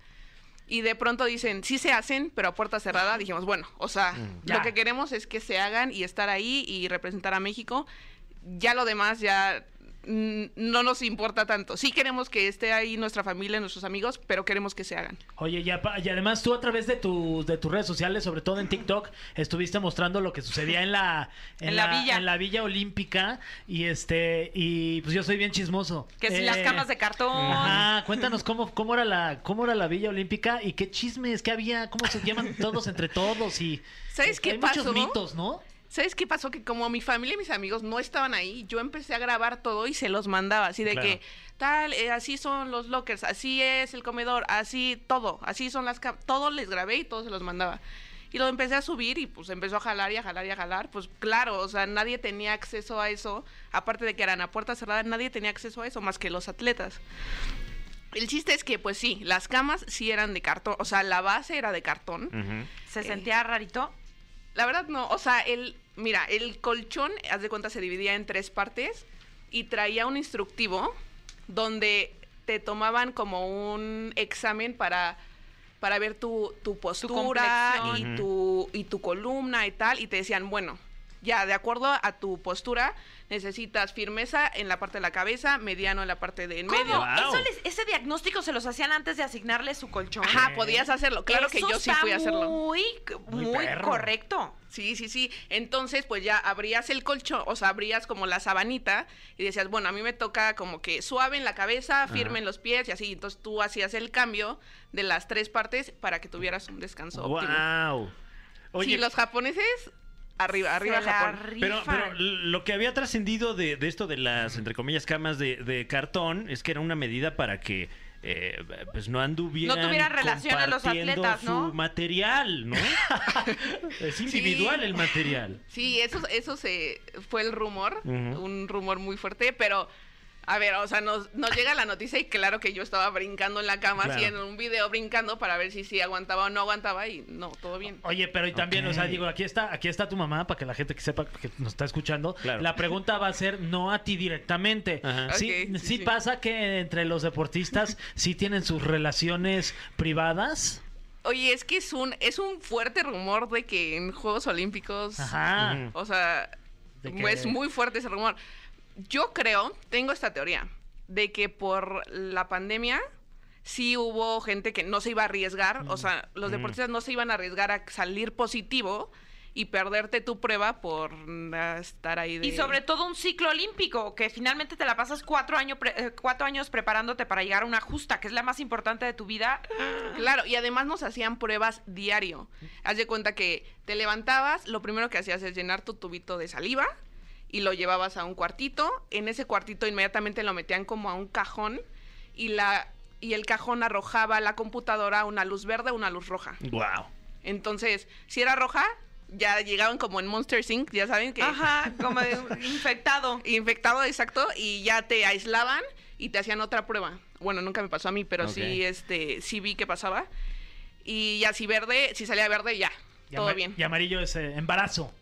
S6: Y de pronto dicen, sí se hacen, pero a puerta cerrada. Dijimos, bueno, o sea,
S4: Ya.
S6: lo que queremos es que se hagan y estar ahí y representar a México. Ya lo demás ya mm, no nos importa tanto. Sí queremos que esté ahí nuestra familia, nuestros amigos, pero queremos que se hagan.
S4: Oye, y, apa- y además tú a través de tus de tus redes sociales, sobre todo en TikTok, estuviste mostrando lo que sucedía en la
S2: En la villa.
S4: en la villa olímpica y este y pues yo soy bien chismoso.
S2: Que si
S4: Eh,
S2: las camas de cartón.
S4: Ajá, cuéntanos cómo cómo era la cómo era la villa olímpica y qué chismes que había, cómo se llaman todos entre todos y
S6: ¿Sabes qué
S4: hay
S6: pasó?
S4: muchos mitos, ¿no?
S6: ¿Sabes qué pasó? Que como mi familia y mis amigos no estaban ahí, yo empecé a grabar todo y se los mandaba, así de
S3: Claro.
S6: que tal, eh, así son los lockers, así es el comedor, así todo, así son las... cam- Todo les grabé y todo se los mandaba. Y lo empecé a subir y pues empezó a jalar y a jalar y a jalar. Pues claro, o sea, nadie tenía acceso a eso, aparte de que eran a puerta cerrada, nadie tenía acceso a eso más que los atletas. El chiste es que pues sí, las camas sí eran de cartón, o sea, la base era de cartón.
S2: Se sentía rarito.
S6: La verdad no, o sea, el, mira, el colchón, haz de cuenta, se dividía en tres partes y traía un instructivo donde te tomaban como un examen para, para ver tu, tu postura
S2: complexión.
S6: y, tu, y tu columna y tal, y te decían, bueno, ya de acuerdo a tu postura, necesitas firmeza en la parte de la cabeza, mediano en la parte de en
S2: ¿Cómo?
S6: medio.
S3: Wow.
S2: ¿Eso les- ¿Ese diagnóstico se los hacían antes de asignarle su colchón?
S6: Ajá, podías hacerlo. Claro que
S2: Eso
S6: yo sí
S2: está
S6: fui a hacerlo.
S2: Muy,
S4: Muy
S2: muy,
S4: perro.
S2: correcto.
S6: Sí, sí, sí. Entonces, pues ya abrías el colchón, o sea, abrías como la sabanita y decías, bueno, a mí me toca como que suave en la cabeza, firme en los pies y así. Entonces tú hacías el cambio de las tres partes para que tuvieras un descanso óptimo.
S3: Wow.
S6: sí, los japoneses, arriba, arriba
S2: Se la
S6: Japón.
S3: Pero,
S2: rifan.
S3: pero lo que había trascendido de, de esto de las, entre comillas, camas de, de cartón es que era una medida para que eh, pues no anduvieran
S2: No tuvieran relaciones los
S3: compartiendo
S2: atletas, ¿no?
S3: su material, ¿no? es individual el material.
S6: Sí, eso, eso se, fue el rumor,
S3: Ujú.
S6: un rumor muy fuerte, pero a ver, o sea, nos, nos llega la noticia y claro que yo estaba brincando en la cama, así en
S3: Claro.
S6: un video brincando para ver si sí aguantaba o no aguantaba y no, todo bien.
S4: Oye, pero y también,
S3: Ok.
S4: o sea, digo, aquí está, aquí está tu mamá, para que la gente que sepa que nos está escuchando.
S3: Claro.
S4: La pregunta va a ser no a ti directamente.
S3: Ajá.
S4: Sí,
S6: Ok, sí,
S4: sí
S6: sí.
S4: pasa que entre los deportistas sí tienen sus relaciones privadas.
S6: Oye, es que es un, es un fuerte rumor de que en Juegos Olímpicos,
S4: Ajá.
S3: Ujú.
S6: o sea,
S4: De que-
S6: es muy fuerte ese rumor. Yo creo, tengo esta teoría, de que por la pandemia sí hubo gente que no se iba a arriesgar, o sea, los
S3: Mm.
S6: deportistas no se iban a arriesgar a salir positivo y perderte tu prueba por mm, estar ahí de...
S2: Y sobre todo un ciclo olímpico, que finalmente te la pasas cuatro, año pre- eh, cuatro años preparándote para llegar a una justa, que es la más importante de tu vida.
S6: Claro, y además nos hacían pruebas diario. Haz de cuenta que te levantabas, lo primero que hacías es llenar tu tubito de saliva y lo llevabas a un cuartito. En ese cuartito inmediatamente lo metían como a un cajón y la y el cajón arrojaba a la computadora una luz verde, una luz roja.
S3: Wow.
S6: Entonces, si era roja, ya llegaban como en Monster Inc, ya saben que
S2: Ajá, como de un infectado.
S6: infectado, exacto, y ya te aislaban y te hacían otra prueba. Bueno, nunca me pasó a mí, pero sí,
S3: Ok.
S6: este, sí vi que pasaba. Y ya si verde, si salía verde, ya,
S4: y
S6: todo
S4: ama-
S6: bien.
S4: Y amarillo es eh, embarazo.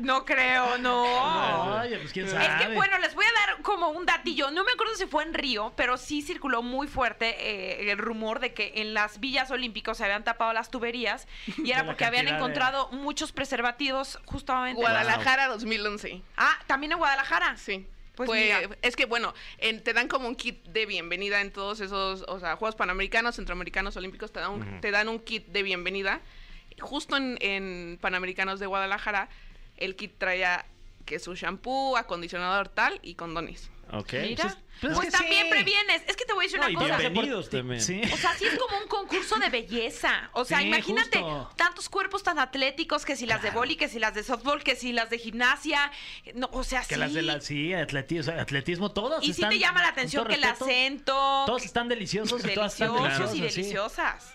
S2: No creo, no.
S4: Oye, pues quién sabe.
S2: Es que, bueno, les voy a dar como un datillo. No me acuerdo si fue en Río, pero sí circuló muy fuerte eh, el rumor de que en las villas olímpicas se habían tapado las tuberías y
S4: la
S2: era porque habían
S4: cantidad de-
S2: encontrado muchos preservativos justamente.
S6: Guadalajara 2011.
S2: Ah, también en Guadalajara.
S6: Sí.
S2: Pues
S6: Pues
S2: mira.
S6: es que bueno, en- te dan como un kit de bienvenida en todos esos, o sea, Juegos Panamericanos, Centroamericanos, Olímpicos, te dan un, te dan un kit de bienvenida. Justo en, en Panamericanos de Guadalajara, el kit traía que su shampoo, acondicionador tal y condones.
S3: Ok.
S2: Mira.
S4: Pues- pues
S2: Pues,
S4: es que
S2: también
S4: sí.
S2: previenes. Es que te voy a decir
S3: No, y
S2: una cosa.
S3: bienvenidos también.
S4: Sí.
S2: O sea, sí es como un concurso de belleza. O sea,
S4: Sí,
S2: imagínate
S4: justo.
S2: tantos cuerpos tan atléticos, que si las de boli, que si las de softball, que si las de gimnasia. No, o sea,
S4: Que
S2: sí.
S4: las de la sí, atletismo, atletismo todas
S2: y sí
S4: están
S2: te llama la
S4: con
S2: atención
S4: todo
S2: que el
S4: respeto,
S2: acento.
S4: todos están deliciosos, y todas están
S2: deliciosos y
S4: deliciosas, sí.
S2: deliciosas.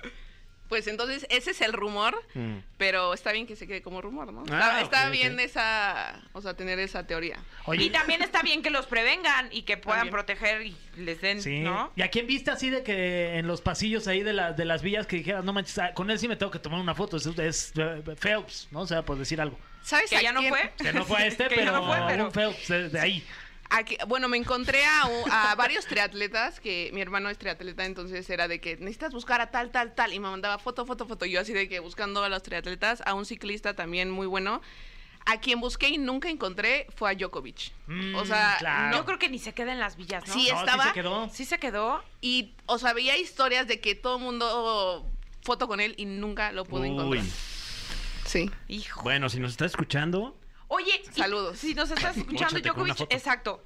S6: Pues entonces ese es el rumor,
S3: Mm.
S6: pero está bien que se quede como rumor, ¿no?
S3: Ah,
S6: está está
S3: ok,
S6: bien
S3: ok.
S6: esa, o sea, tener esa teoría.
S4: Oye,
S2: Y también está bien que los prevengan y que puedan
S6: También.
S2: proteger y les den,
S4: Sí.
S2: ¿no?
S4: ¿Y a quién viste así de que en los pasillos ahí de, la- de las villas que dijeras, no manches, ah, con él sí me tengo que tomar una foto? Es, es, eh, Phelps, ¿no? O sea, por decir algo.
S6: ¿Sabes
S2: Que
S6: a
S2: ya no
S6: quién?
S2: fue.
S4: Que no fue a este,
S2: Que ya
S4: pero,
S2: no fue, pero-
S4: un Phelps de, de ahí.
S6: Aquí- bueno, me encontré a, u- a varios triatletas, que mi hermano es triatleta, entonces era de que necesitas buscar a tal, tal, tal, y me mandaba foto, foto, foto, yo así de que buscando a los triatletas, a un ciclista también muy bueno, a quien busqué y nunca encontré fue a Djokovic.
S4: Mm,
S6: o sea,
S4: claro.
S6: no-
S2: Yo creo que ni se queda en las villas, ¿no?
S6: Sí,
S4: No,
S6: estaba-
S4: sí se quedó.
S2: Sí se quedó.
S6: y, o sea, veía historias de que todo el mundo foto con él y nunca lo pude
S3: Uy.
S6: encontrar. Sí.
S2: Hijo.
S3: Bueno, si nos está escuchando,
S2: Oye, y
S6: Saludos.
S2: Si nos estás escuchando,
S3: Móchate con una
S2: Djokovic,
S3: foto.
S2: exacto.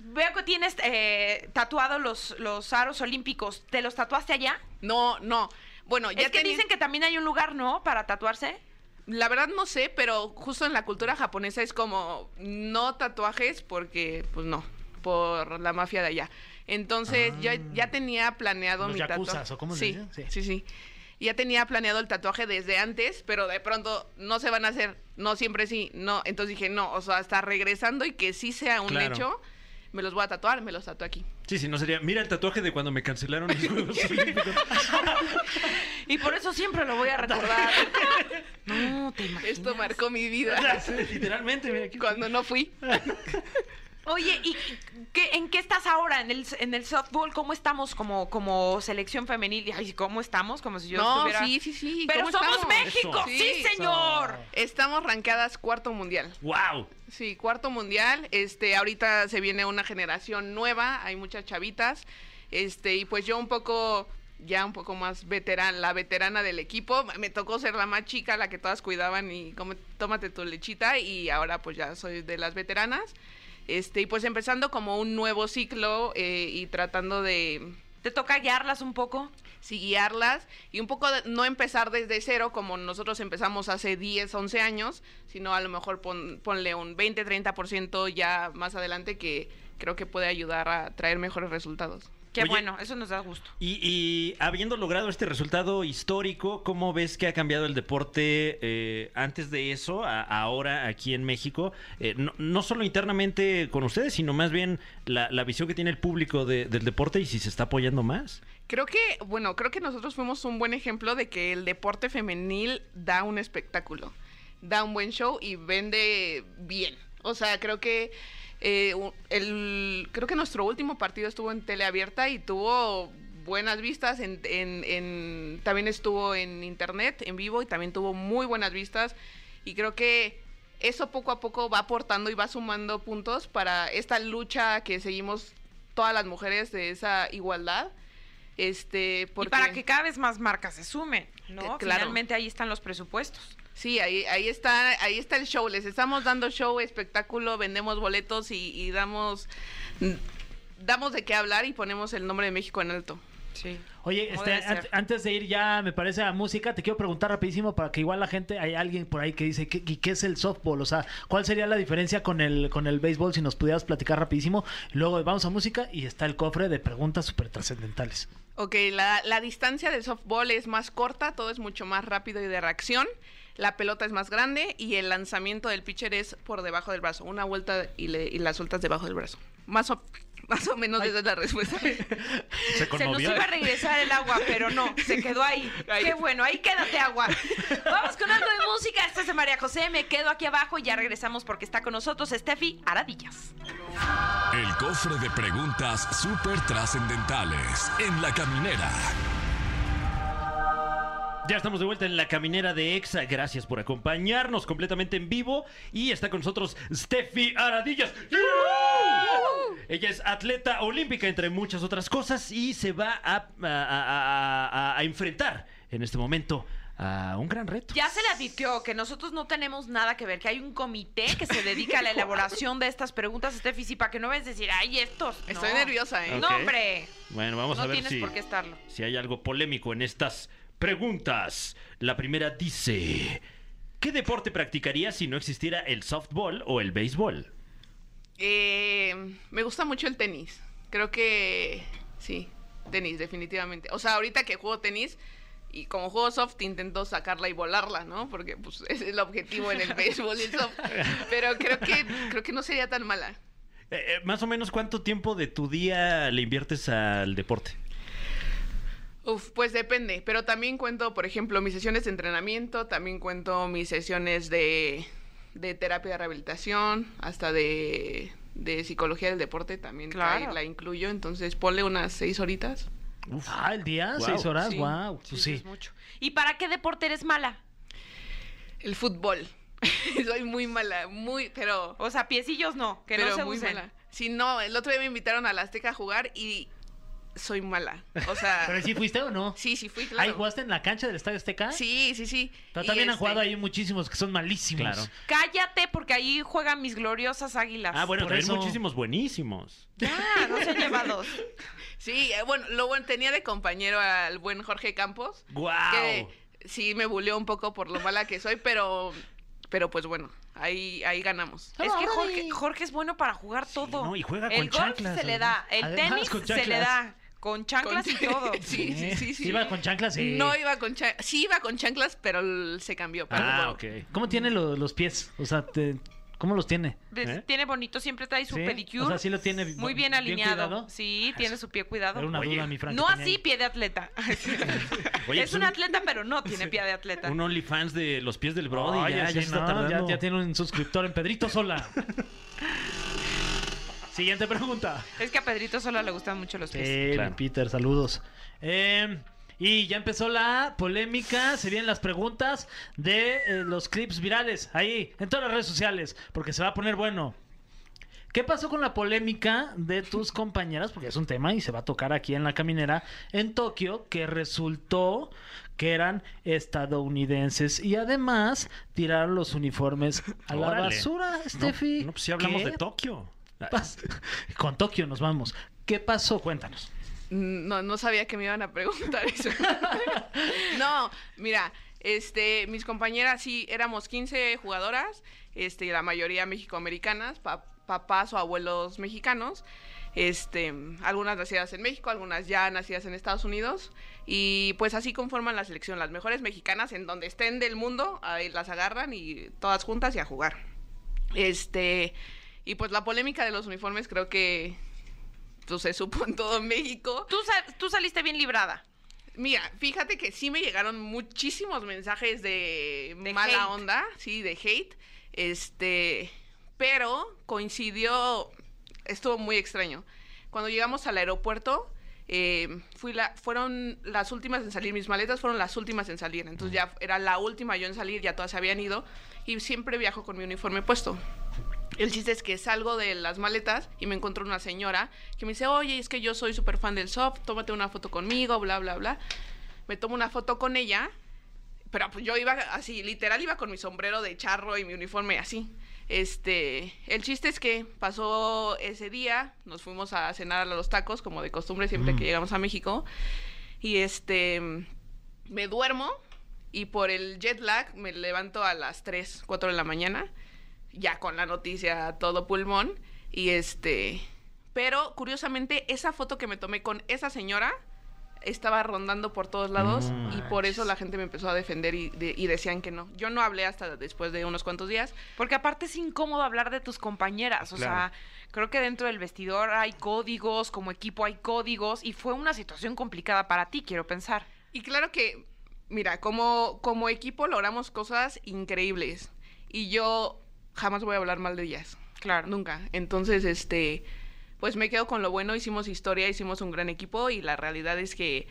S2: Veo que tienes eh, tatuado los, los aros olímpicos. ¿Te los tatuaste allá?
S6: No, no. Bueno, ya
S2: es que
S6: tenía-
S2: dicen que también hay un lugar, ¿no? Para tatuarse.
S6: La verdad no sé, pero justo en la cultura japonesa es como no tatuajes porque, pues no, por la mafia de allá. Entonces yo ya tenía planeado
S4: Ah. Los
S6: mi
S4: yakuzas,
S6: tatuaje.
S4: ¿o cómo se
S6: sí,
S4: dice? Sí.
S6: sí, sí, Ya tenía planeado el tatuaje desde antes, pero de pronto no se van a hacer, no siempre sí, no. Entonces dije, no, o sea, hasta regresando y que sí sea un
S3: Claro.
S6: hecho, me los voy a tatuar, me los tatué aquí.
S3: sí, sí, no sería. Mira el tatuaje de cuando me cancelaron los Juegos Olímpicos.
S2: Y por eso siempre lo voy a recordar. No, te imaginas.
S6: Esto marcó mi vida
S4: Literalmente, mira aquí.
S6: cuando no fui.
S2: Oye, ¿y ¿Qué- ¿En qué estás ahora? ¿En el, en el softball? ¿Cómo estamos como, como selección femenil? Ay, ¿cómo estamos? Como si yo
S6: no,
S2: estuviera...
S6: sí, sí, sí.
S2: Pero
S6: ¿cómo
S2: somos
S6: estamos?
S2: México,
S3: Eso.
S2: sí,
S6: Sí.
S2: señor.
S6: Estamos rankeadas cuarto mundial.
S3: ¡Wow!
S6: Sí, cuarto mundial. Este, ahorita se viene una generación nueva, hay muchas chavitas. Este, y pues yo un poco, ya un poco más veterana, la veterana del equipo. Me tocó ser la más chica, la que todas cuidaban y come- tómate tu lechita. Y ahora pues ya soy de las veteranas. Este, y pues empezando como un nuevo ciclo eh, y tratando de
S2: ¿Te toca guiarlas un poco?
S6: sí, guiarlas y un poco de- no empezar desde cero como nosotros empezamos hace 10, 11 años, sino a lo mejor pon- ponle un 20, 30% ya más adelante que creo que puede ayudar a traer mejores resultados.
S2: Qué
S3: Oye.
S2: bueno, eso nos da gusto.
S3: Y, y habiendo logrado este resultado histórico, ¿cómo ves que ha cambiado el deporte eh, antes de eso, a- ahora aquí en México? Eh, no, no solo internamente con ustedes, sino más bien la, la visión que tiene el público de- del deporte y si se está apoyando más.
S6: Creo que, bueno, creo que nosotros fuimos un buen ejemplo de que el deporte femenil da un espectáculo, da un buen show y vende bien. O sea, creo que eh, u- el, creo que nuestro último partido estuvo en teleabierta y tuvo buenas vistas, en, en- en- también estuvo en internet, en vivo, y también tuvo muy buenas vistas. Y creo que eso poco a poco va aportando y va sumando puntos para esta lucha que seguimos todas las mujeres de esa igualdad. Este,
S2: Y
S6: porque
S2: para que cada vez más marcas se sumen, ¿no?
S6: Eh, claro.
S2: Finalmente ahí están los presupuestos.
S6: sí, ahí, ahí está, ahí está el show. Les estamos dando show, espectáculo, vendemos boletos y, y damos damos de qué hablar y ponemos el nombre de México en alto.
S2: Sí.
S4: Oye,
S2: Como
S4: este,
S2: debe ser.
S4: an- antes de ir ya, me parece, a música, te quiero preguntar rapidísimo para que igual la gente, hay alguien por ahí que dice, ¿qué, y qué es el softball? O sea, ¿cuál sería la diferencia con el, con el béisbol si nos pudieras platicar rapidísimo? Luego vamos a música y está el cofre de preguntas súper trascendentales.
S6: Ok, la, la distancia del softball es más corta, todo es mucho más rápido y de reacción. La pelota es más grande y el lanzamiento del pitcher es por debajo del brazo. Una vuelta y, le- y la sueltas debajo del brazo. Más o, más o menos esa es la respuesta.
S3: Se
S2: Se nos
S3: conmovió.
S2: iba a regresar el agua, pero no, se quedó ahí.
S6: Ahí.
S2: Qué bueno, ahí quédate agua. Vamos con algo de música. Esta es de María José, me quedo aquí abajo y ya regresamos porque está con nosotros Steffi Aradillas.
S1: El cofre de preguntas súper trascendentales en la caminera.
S3: Ya estamos de vuelta en la caminera de EXA. Gracias por acompañarnos completamente en vivo. Y está con nosotros Steffi Aradillas. Ella es atleta olímpica, entre muchas otras cosas, y se va a, a- a- a- a- a enfrentar en este momento a un gran reto.
S2: Ya se le advirtió que nosotros no tenemos nada que ver, que hay un comité que se dedica a la elaboración de estas preguntas, Steffi, sí, para que no ves decir, ay, estos. no".
S6: Estoy nerviosa, ¿eh?
S3: Ok.
S2: No, hombre.
S3: Bueno, vamos
S2: no
S3: a ver
S2: tienes
S3: si,
S2: por qué estarlo.
S3: si hay algo polémico en estas preguntas. La primera dice: ¿Qué deporte practicarías si no existiera el softball o el béisbol?
S6: Eh, me gusta mucho el tenis. Creo que sí, tenis, definitivamente. O sea, ahorita que juego tenis y como juego soft intento sacarla y volarla, ¿no? Porque pues, ese es el objetivo en el béisbol y el soft. Pero creo que, creo que no sería tan mala.
S3: Eh, eh, más o menos, ¿cuánto tiempo de tu día le inviertes al deporte?
S6: Uf, pues depende, pero también cuento, por ejemplo, mis sesiones de entrenamiento, también cuento mis sesiones de, de terapia de rehabilitación, hasta de, de psicología del deporte también trae-
S2: Claro.
S6: la incluyo, entonces ponle unas seis horitas.
S4: Ah, el día,
S3: Guau.
S4: seis horas, Pues
S6: Sí.
S4: wow.
S2: Sí, sí, es mucho. ¿Y para qué deporte eres mala?
S6: El fútbol, soy muy mala, muy, pero,
S2: O sea, piecillos no, que
S6: pero
S2: no se
S6: muy
S2: usen.
S6: mala. Sí, no, el otro día me invitaron a la Azteca a jugar y soy mala, o
S4: ¿Pero
S6: sea,
S4: sí fuiste o no?
S6: sí, sí fui,
S4: ¿Ahí
S6: claro.
S4: jugaste en la cancha del Estadio Azteca?
S6: Sí, sí, sí.
S4: Pero
S6: Y
S4: también han
S6: este-
S4: jugado ahí muchísimos que son malísimos.
S3: Claro.
S2: Cállate, porque ahí juegan mis gloriosas águilas.
S3: Ah, bueno,
S4: Por
S3: también
S4: eso-
S3: muchísimos buenísimos.
S2: Ya, no se lleva dos.
S6: Sí, eh, bueno, lo bueno, tenía de compañero al buen Jorge Campos,
S3: ¡Guau!
S6: que sí me buleó un poco por lo mala que soy, pero, pero pues bueno, ahí, ahí ganamos.
S2: Es que Jorge, Jorge es bueno para jugar todo.
S3: no, y juega
S2: el
S3: con
S2: golf
S3: chanclas,
S2: se le da,
S3: además.
S2: el
S4: Además, con
S2: tenis se le
S4: chanclas.
S2: da, con chanclas y
S6: Con-
S2: todo.
S6: sí, sí, sí, sí.
S4: ¿Eh? Iba con chanclas y...
S6: No iba con chanclas, sí iba con chanclas, pero l- se cambió. pero
S3: Ah,
S6: bueno.
S3: ok.
S4: ¿Cómo tiene lo- los pies? O sea, te- ¿cómo los tiene?
S2: Ves,
S3: ¿Eh?
S2: Tiene bonito, siempre trae su
S4: ¿Sí?
S2: pedicure.
S4: O sea, sí lo tiene
S2: muy bien alineado. sí, tiene su pie cuidado.
S4: Era una
S3: Oye,
S4: duda, mi Frank.
S2: no
S4: que tenía
S2: así
S4: ahí.
S2: pie de atleta.
S3: Oye,
S2: es
S3: pues
S2: un
S3: un-
S2: atleta, pero no tiene pie de atleta.
S3: Un OnlyFans de los pies del Brody.
S4: Oye,
S3: ya,
S4: sí,
S3: ya se está
S4: no,
S3: tardando.
S4: ya- ya tiene un suscriptor en Pedrito Sola. Siguiente pregunta.
S2: Es que a Pedrito solo le gustan mucho los pies.
S4: Sí,
S3: Claro.
S4: Peter, saludos. Eh, y ya empezó la polémica, se vienen las preguntas de eh, los clips virales ahí, en todas las redes sociales, porque se va a poner bueno. ¿Qué pasó con la polémica de tus compañeras? Porque es un tema y se va a tocar aquí en la caminera en Tokio, que resultó que eran estadounidenses y además tiraron los uniformes a la
S3: Órale.
S4: basura, Steffi.
S3: No, no, pues sí hablamos
S4: ¿Qué
S3: de Tokio. Ah,
S4: pas- Con Tokio nos vamos. ¿Qué pasó? Cuéntanos.
S6: Mm, No, no sabía que me iban a preguntar eso. no, mira, este, mis compañeras sí, éramos 15 jugadoras, este, la mayoría mexicoamericanas, pa- papás o abuelos mexicanos, este, algunas nacidas en México, algunas ya nacidas en Estados Unidos, y pues así conforman la selección. Las mejores mexicanas en donde estén del mundo, ahí las agarran y todas juntas y a jugar. Este, y pues la polémica de los uniformes creo que pues, se supo en todo México.
S2: Tú, sa- tú saliste bien librada.
S6: Mira, fíjate que sí me llegaron muchísimos mensajes de,
S2: De
S6: mala
S2: hate.
S6: onda, sí, de hate. Este, pero coincidió, estuvo muy extraño. Cuando llegamos al aeropuerto, eh, fui la, fueron las últimas en salir, mis maletas fueron las últimas en salir. Entonces ya era la última yo en salir, ya todas se habían ido y siempre viajo con mi uniforme puesto. El chiste es que salgo de las maletas y me encuentro una señora que me dice, oye, es que yo soy súper fan del soft, tómate una foto conmigo, bla, bla, bla. Me tomo una foto con ella, pero pues yo iba así, literal iba con mi sombrero de charro y mi uniforme así. Este, el chiste es que pasó ese día, nos fuimos a cenar a los tacos, como de costumbre siempre que llegamos a México, y este, me duermo y por el jet lag me levanto a las 3, 4 de la mañana, ya con la noticia a todo pulmón. Y este, pero curiosamente esa foto que me tomé con esa señora estaba rondando por todos lados
S3: No
S6: y por eso la gente me empezó a defender y, de- y decían que no. Yo no hablé hasta después de unos cuantos días.
S2: Porque aparte es incómodo hablar de tus compañeras. O
S3: Claro.
S2: sea, creo que dentro del vestidor hay códigos, como equipo hay códigos, y fue una situación complicada para ti, quiero pensar.
S6: Y claro que, mira, como, como equipo logramos cosas increíbles y yo jamás voy a hablar mal de ellas.
S2: Claro.
S6: Nunca. Entonces, este, pues me quedo con lo bueno, hicimos historia, hicimos un gran equipo y la realidad es que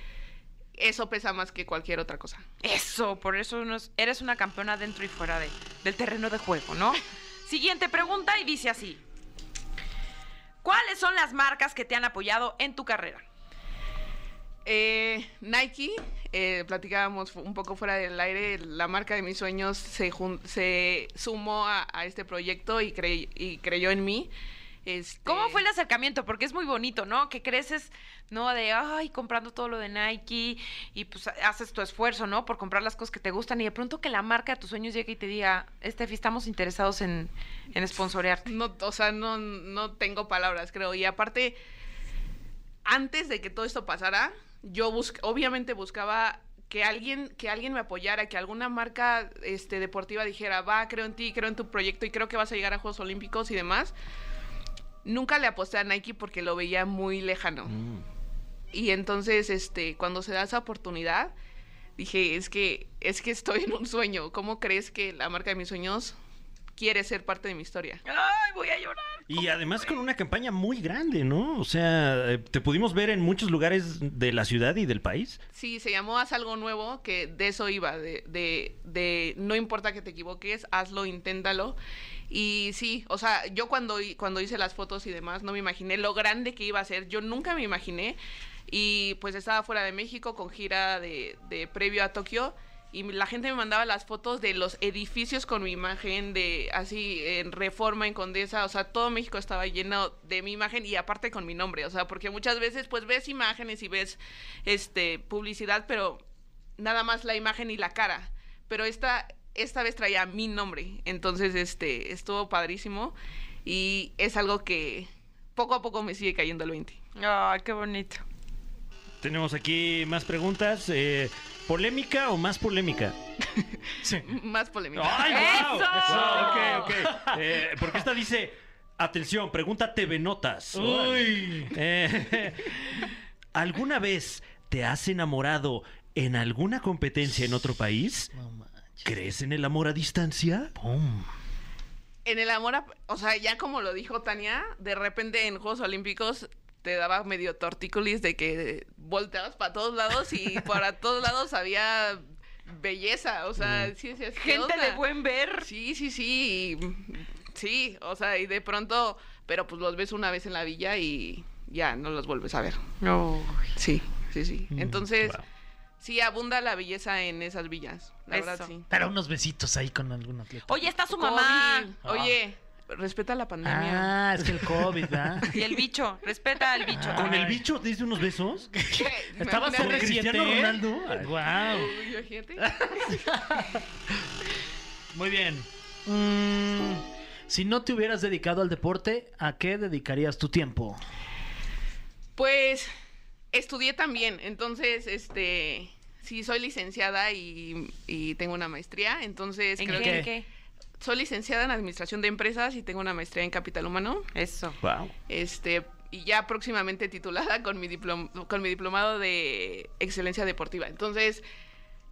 S6: eso pesa más que cualquier otra cosa.
S2: Eso, por eso nos- eres una campeona dentro y fuera de, del terreno de juego, ¿no? Siguiente pregunta y dice así. ¿Cuáles son las marcas que te han apoyado en tu carrera?
S6: Eh, Nike, eh, platicábamos fu- un poco fuera del aire, la marca de mis sueños se, jun- se sumó a, a este proyecto y, crey- y creyó en mí. Este,
S2: ¿Cómo fue el acercamiento? Porque es muy bonito, ¿no? Que creces, ¿no? De, ay, comprando todo lo de Nike y pues haces tu esfuerzo, ¿no? Por comprar las cosas que te gustan y de pronto que la marca de tus sueños llegue y te diga, Steffi, estamos interesados en, en sponsorearte.
S6: No, o sea, no, no tengo palabras, creo. Y aparte, antes de que todo esto pasara, yo bus- obviamente buscaba que alguien, que alguien me apoyara, que alguna marca este, deportiva dijera, va, creo en ti, creo en tu proyecto y creo que vas a llegar a Juegos Olímpicos y demás. Nunca le aposté a Nike porque lo veía muy lejano. Y entonces, este, cuando se da esa oportunidad, dije, es que, es que estoy en un sueño. ¿Cómo crees que la marca de mis sueños quiere ser parte de mi historia?
S2: Ay, voy a llorar.
S3: Y además con una campaña muy grande, ¿no? O sea, eh, te pudimos ver en muchos lugares de la ciudad y del país.
S6: Sí, se llamó Haz algo nuevo, que de eso iba, de, de, de no importa que te equivoques, hazlo, inténtalo. Y sí, o sea, yo cuando, hi- cuando hice las fotos y demás, no me imaginé lo grande que iba a ser, yo nunca me imaginé. Y pues estaba fuera de México con gira de, de previo a Tokio. Y la gente me mandaba las fotos de los edificios con mi imagen, de así en Reforma, en Condesa, o sea, todo México estaba lleno de mi imagen y aparte con mi nombre, o sea, porque muchas veces pues ves imágenes y ves este publicidad, pero nada más la imagen y la cara. Pero esta, esta vez traía mi nombre. Entonces, este, estuvo padrísimo. Y es algo que poco a poco me sigue cayendo el 20.
S2: Ay, qué bonito.
S3: Tenemos aquí más preguntas. eh, ¿Polémica o más polémica?
S4: Sí.
S6: M- Más polémica.
S3: ¡Ay, guau!
S2: ¡Eso!
S3: Guau, ok, ok. Eh, porque esta dice, atención, pregunta TV Notas.
S4: Uy.
S3: Eh, ¿Alguna vez te has enamorado en alguna competencia en otro país?
S4: No manches.
S3: ¿Crees en el amor a distancia?
S4: Pum.
S6: en el amor, a- o sea, ya como lo dijo Tania, de repente en Juegos Olímpicos te daba medio tortícolis de que volteabas para todos lados y para todos lados había belleza, o sea, sí, sí, sí,
S2: Gente de buen ver.
S6: Sí, sí, sí, y- sí, o sea, y de pronto, pero pues los ves una vez en la villa y ya no los vuelves a ver. Sí, sí, sí. Entonces,
S3: Wow.
S6: sí, abunda la belleza en esas villas, la
S2: Eso.
S6: verdad, sí.
S4: Pero unos besitos ahí con algún atleta.
S2: Oye, está su mamá.
S6: COVID. Oye, respeta la pandemia.
S4: Ah, es que el COVID, ¿verdad?
S2: Y el bicho, respeta al bicho.
S3: ¿Con el bicho te diste unos besos?
S4: ¿Estabas con
S3: Imagínate.
S4: Cristiano Ronaldo?
S3: Ay.
S4: Wow.
S6: Uy, ojete.
S4: Muy bien. Mm, si no te hubieras dedicado al deporte, ¿a qué dedicarías tu tiempo?
S6: Pues estudié también, entonces, este, sí, soy licenciada y, y tengo una maestría, entonces
S2: ¿En
S6: creo
S2: qué?
S6: que
S2: ¿En qué?
S6: soy licenciada en administración de empresas y tengo una maestría en capital humano,
S2: Eso.
S3: Wow.
S6: este, y ya próximamente titulada con mi diplom- con mi diplomado de excelencia deportiva. Entonces,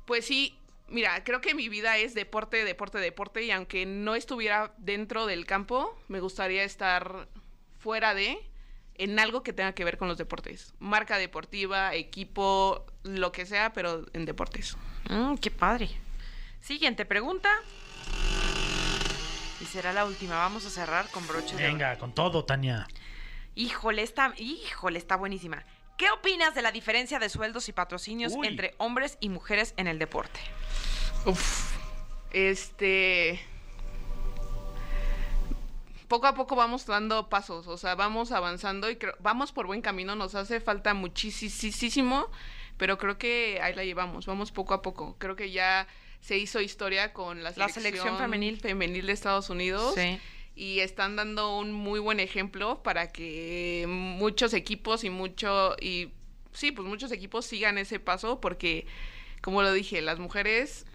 S6: pues sí. Mira, creo que mi vida es deporte, deporte, deporte y aunque no estuviera dentro del campo, me gustaría estar fuera de en algo que tenga que ver con los deportes. Marca deportiva, equipo, lo que sea, pero en deportes.
S2: Mm, qué padre. Siguiente pregunta. Y será la última. Vamos a cerrar con broche de oro.
S4: Venga, con todo, Tania.
S2: Híjole, está, híjole, está buenísima. ¿Qué opinas de la diferencia de sueldos y patrocinios
S3: Uy.
S2: entre hombres y mujeres en el deporte?
S6: Uf. Este. Poco a poco vamos dando pasos, o sea, vamos avanzando y creo- vamos por buen camino. Nos hace falta muchísimo, pero creo que ahí la llevamos. Vamos poco a poco. Creo que ya se hizo historia con la
S2: La
S6: selección,
S2: selección femenil.
S6: femenil de Estados Unidos
S2: Sí.
S6: y están dando un muy buen ejemplo para que muchos equipos y mucho y sí, pues muchos equipos sigan ese paso porque como lo dije, las mujeres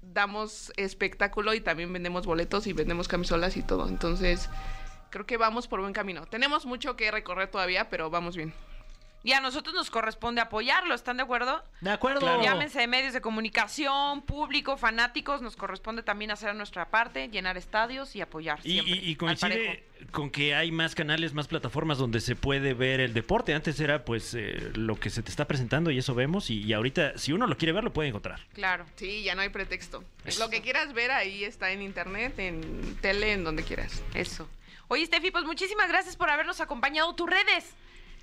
S6: damos espectáculo y también vendemos boletos y vendemos camisolas y todo. Entonces, creo que vamos por buen camino. Tenemos mucho que recorrer todavía, pero vamos bien.
S2: Y a nosotros nos corresponde apoyarlo, ¿están de acuerdo?
S4: De acuerdo.
S3: Claro.
S2: Llámense de medios de comunicación, público, fanáticos, nos corresponde también hacer nuestra parte, llenar estadios y apoyar
S3: Y,
S2: siempre.
S3: y- y
S2: al
S3: coincide
S2: parejo.
S3: con que hay más canales, más plataformas donde se puede ver el deporte. Antes era pues eh, lo que se te está presentando y eso vemos. Y, y ahorita, si uno lo quiere ver, lo puede encontrar.
S2: Claro.
S6: Sí, ya no hay pretexto.
S3: Eso.
S6: Lo que quieras ver ahí está en internet, en tele, en donde quieras.
S2: Eso. Oye, Steffi, pues muchísimas gracias por habernos acompañado. Tus redes.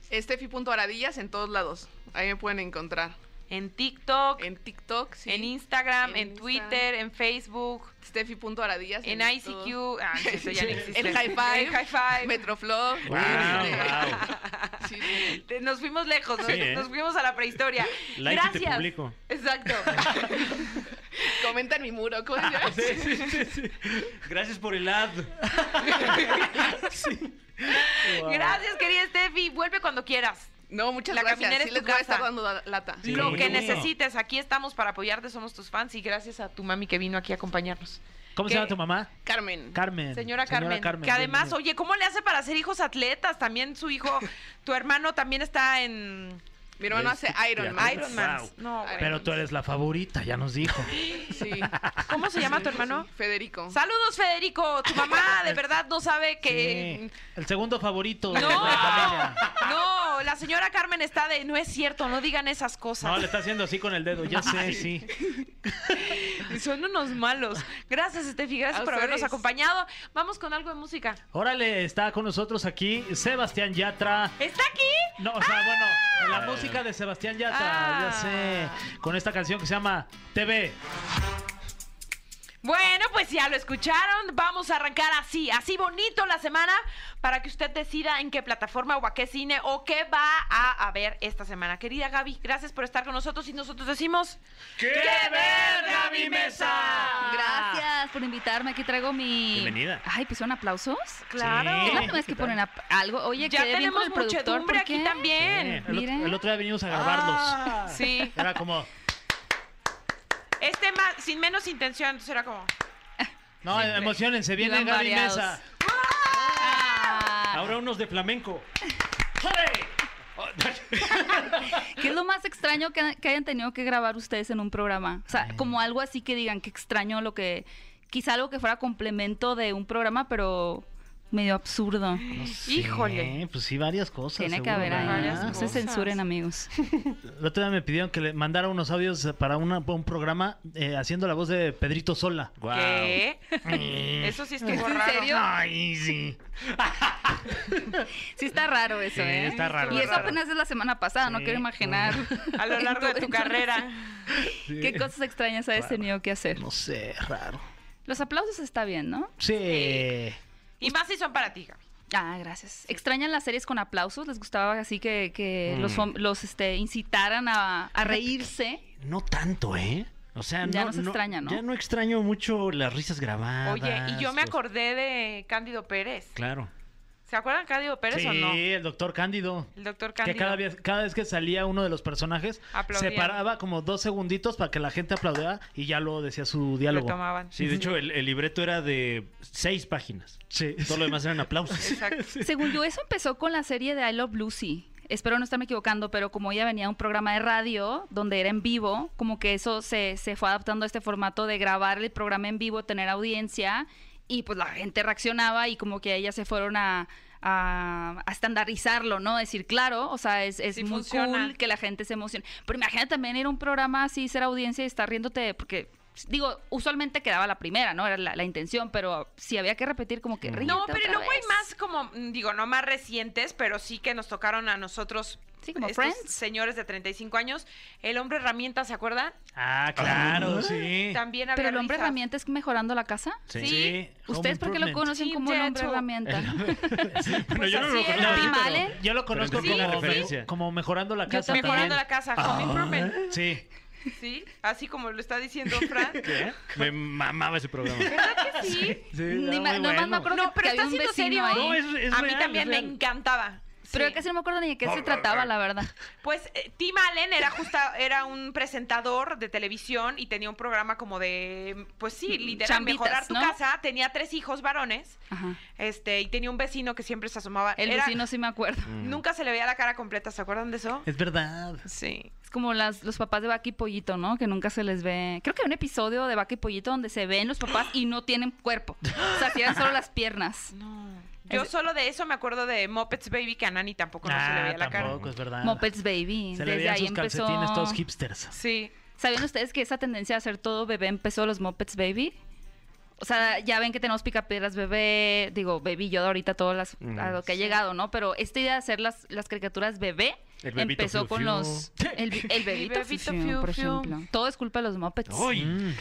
S6: Estefi.aradillas en todos lados. Ahí me pueden encontrar.
S2: En TikTok, en,
S6: En TikTok, sí.
S2: Instagram, en,
S6: En Insta.
S2: Twitter, en Facebook,
S6: Steffi.aradillas.
S2: en
S6: todo.
S2: ICQ. Ah, no, eso ya no
S6: Sí.
S2: existe.
S6: En High Five.
S2: En High Five.
S6: Metroflog.
S3: Wow,
S6: este,
S3: wow.
S6: sí, sí.
S2: Te- Nos fuimos lejos, nos,
S3: Sí, ¿eh?
S2: nos fuimos a la prehistoria.
S3: Like y te
S2: Gracias.
S3: publico.
S2: Exacto.
S6: Comenta en mi muro. ¿cómo se llama?
S3: Gracias por el ad.
S2: Gracias, querida Steffi. Vuelve cuando quieras.
S6: No, muchas
S2: La
S6: gracias.
S2: caminera
S6: Sí
S2: es
S6: les
S2: tu
S6: voy a estar
S2: casa.
S6: dando la- lata.
S3: Sí.
S2: Lo que
S3: Bueno.
S2: necesites, aquí estamos para apoyarte, somos tus fans y gracias a tu mami que vino aquí a acompañarnos.
S4: ¿Cómo
S2: ¿Qué?
S4: se llama tu mamá?
S6: Carmen.
S4: Carmen.
S2: Señora, Carmen, que además,
S4: bienvenida.
S2: oye, ¿cómo le hace para ser hijos atletas? También su hijo, tu hermano también está en
S6: mi hermano
S3: Este,
S6: hace Iron Man.
S2: Iron Man.
S3: Wow.
S2: No, güey.
S4: Pero tú eres la favorita, ya nos dijo.
S6: Sí.
S2: ¿Cómo se llama tu hermano?
S6: Federico.
S2: Saludos, Federico. Tu mamá de verdad no sabe que...
S4: Sí. El segundo favorito de
S2: No,
S4: la familia.
S2: no, la señora Carmen está de... No es cierto, no digan esas
S4: No,
S2: cosas.
S4: le está haciendo así con el dedo, ya sé, sí.
S2: Son unos malos. Gracias, Estefi, gracias
S7: Ah,
S6: A
S2: por habernos
S6: ustedes.
S2: acompañado. Vamos con algo de música.
S4: Órale, está con nosotros aquí Sebastián Yatra.
S2: ¿Está aquí?
S4: No, o sea, bueno, la música de Sebastián Yatra,
S2: Ah.
S4: ya sé. Con esta canción que se llama TV.
S2: Bueno, pues ya lo escucharon. Vamos a arrancar así, así bonito la semana para que usted decida en qué plataforma o a qué cine o qué va a haber esta semana. Querida Gaby, gracias por estar con nosotros y nosotros decimos...
S3: ¡Qué
S2: verga mi mesa!
S7: Gracias por invitarme. Aquí traigo mi.
S3: Bienvenida.
S7: Ay, pues son aplausos.
S2: Claro.
S4: Sí.
S7: Es la primera vez que ponen ap- algo. Oye,
S2: Ya
S7: quedé bien con
S2: tenemos
S7: el productor.
S2: muchedumbre
S7: ¿por qué?
S2: aquí también.
S4: Eh, El,
S7: Mira.
S4: otro, el otro día venimos a grabarlos.
S2: Sí.
S4: Era como,
S2: Este más, sin menos intención, entonces era como.
S4: no, emocionense, viene
S7: Iban
S4: Gaby
S7: variados.
S4: Mesa.
S7: Ah,
S3: Ahora unos de flamenco.
S7: ¿Qué es lo más extraño
S4: Mm.
S7: que, que hayan tenido que grabar ustedes en un programa? O sea, como algo así que digan que extraño lo que, quizá algo que fuera complemento de un programa, pero medio absurdo.
S4: No sé,
S2: Híjole.
S4: Pues sí, varias cosas.
S7: Tiene que
S4: seguro,
S7: haber ahí.
S4: ¿verdad? Ah,
S2: Varias
S7: No se
S2: cosas.
S7: censuren, amigos.
S4: El otro día me pidieron que le mandara unos audios para una- un programa eh, haciendo la voz de Pedrito Sola.
S3: Guau.
S2: ¿Qué?
S4: Mm.
S2: Eso sí estuvo
S7: en
S2: raro.
S7: serio?
S4: Ay, sí.
S7: Sí está raro eso,
S4: Sí,
S7: ¿eh?
S4: está raro,
S7: Y eso
S4: está raro.
S7: apenas es la semana pasada, no
S4: Sí.
S7: quiero imaginar.
S2: A lo largo de tu
S7: Entonces,
S2: carrera.
S7: ¿Qué cosas extrañas has tenido que hacer?
S4: No sé, raro.
S7: Los aplausos está bien, ¿no?
S4: Sí.
S2: Y más si son para ti, Gaby.
S7: Ah, gracias. ¿Extrañan las series con aplausos? ¿Les gustaba así que, que
S3: Mm.
S7: los, hom- los este, incitaran a, a reírse?
S3: No tanto, ¿eh? O sea,
S7: Ya
S3: no,
S7: no se extraña, ¿no?
S3: Ya no extraño mucho las risas
S4: Ah,
S3: grabadas.
S2: Oye, y
S4: pues.
S2: yo me
S3: los-
S2: acordé de Cándido Pérez.
S3: Claro.
S2: ¿Se acuerdan de Cándido Pérez
S4: sí,
S2: o no?
S4: el doctor Cándido.
S2: El doctor
S4: Que
S2: Cándido.
S4: cada vez, cada vez que salía uno de los personajes,
S2: Aplaudían.
S4: se paraba como dos segunditos para que la gente aplaudiera y ya luego decía su diálogo.
S2: Retomaban.
S3: Sí, de hecho, el, el libreto era de seis páginas.
S4: Sí.
S3: Todo lo demás eran aplausos.
S2: Exacto.
S7: Según yo, eso empezó con la serie de I Love Lucy. Espero no estarme equivocando, pero como ella venía a un programa de radio donde era en vivo, como que eso se, se fue adaptando a este formato de grabar el programa en vivo, tener audiencia, y pues la gente reaccionaba y como que ellas se fueron a, a- a estandarizarlo, ¿no? Decir, claro, o sea, es, es
S2: Sí
S7: muy
S2: funciona.
S7: cool que la gente se emocione. Pero imagina también ir a un programa así, ser audiencia y estar riéndote, porque... Digo, usualmente quedaba la primera, ¿no? Era la, la intención, pero si había que repetir, como que ríete
S2: Mm. No, pero
S7: otra
S2: luego hay
S7: vez.
S2: más como, mm, digo, no más recientes, pero sí que nos tocaron a nosotros.
S7: Sí, como
S2: estos
S7: Friends.
S2: señores de 35 años. El hombre herramienta, ¿se acuerdan?
S4: Ah, claro, sí.
S2: También había
S7: Pero el hombre
S2: risas.
S7: herramienta es mejorando la casa.
S2: Sí.
S7: ¿Ustedes por qué lo
S4: conocen?
S7: conocen
S2: Sí,
S7: como el hombre
S2: Jetso.
S7: herramienta? pues,
S3: Bueno, yo no
S2: así
S3: lo
S2: era.
S3: conozco.
S7: Tim
S4: pero
S7: Allen.
S4: Yo lo conozco
S3: entendí la
S4: como,
S3: referencia.
S4: como mejorando la
S7: Yo
S4: casa. Ah.
S7: también.
S2: Mejorando
S4: también. ¿eh?
S2: la casa, home improvement.
S4: Sí.
S2: Sí, así como lo está diciendo Fran.
S3: ¿Qué? Me mamaba ese programa.
S7: Sí.
S4: Sí,
S7: Ni
S4: era muy
S7: ma- nomás
S4: bueno.
S7: me acuerdo
S2: No,
S7: que,
S2: pero
S7: que había
S2: está
S7: un
S2: siendo serio.
S7: vecino
S2: ¿eh?
S7: ahí.
S3: No, es, es
S2: a mí
S3: real,
S2: también
S3: es
S2: me
S3: real.
S2: encantaba.
S7: Pero
S2: Sí.
S7: casi no me acuerdo ni de qué se trataba, la verdad.
S2: Pues eh, Tim Allen era justa, era un presentador de televisión y tenía un programa como de, pues sí, literal,
S7: Mm, Chambitas,
S2: mejorar tu
S7: ¿no?
S2: casa. Tenía tres hijos varones,
S7: Ajá.
S2: este, y tenía un vecino que siempre se asomaba.
S7: El
S2: Era-
S7: vecino sí me acuerdo.
S3: Mm.
S2: Nunca se le veía la cara completa, ¿se acuerdan de eso?
S4: Es verdad.
S2: Sí.
S7: Es como las, los papás de Vaca y Pollito, ¿no? Que nunca se les ve. Creo que hay un episodio de Vaca y Pollito donde se ven los papás y no tienen cuerpo. O sea, tienen solo las piernas.
S2: No. Yo solo de eso me acuerdo de Muppets Baby, que a Nani tampoco no se le
S4: Ah,
S2: veía la cara.
S4: tampoco, es verdad.
S7: Muppets Baby.
S4: Se le
S7: pues, Desde
S4: veían
S7: ahí
S4: sus
S7: empezó.
S4: calcetines todos hipsters.
S2: Sí.
S7: ¿Sabían ustedes que esa tendencia a hacer todo bebé empezó los Muppets Baby? O sea, ya ven que tenemos picapiedras bebé, digo, Baby Yoda ahorita todo las, a lo que ha llegado, ¿no? Pero esta idea de hacer las, las caricaturas bebé
S3: El bebito
S7: empezó
S3: fiu
S7: con
S3: fiu.
S7: los... El, bi- el bebito,
S2: El bebito
S7: fiu fiu,
S2: fiu
S7: por
S2: fiu.
S7: ejemplo. Todo es culpa de los Muppets.
S3: Uy.
S4: Mm.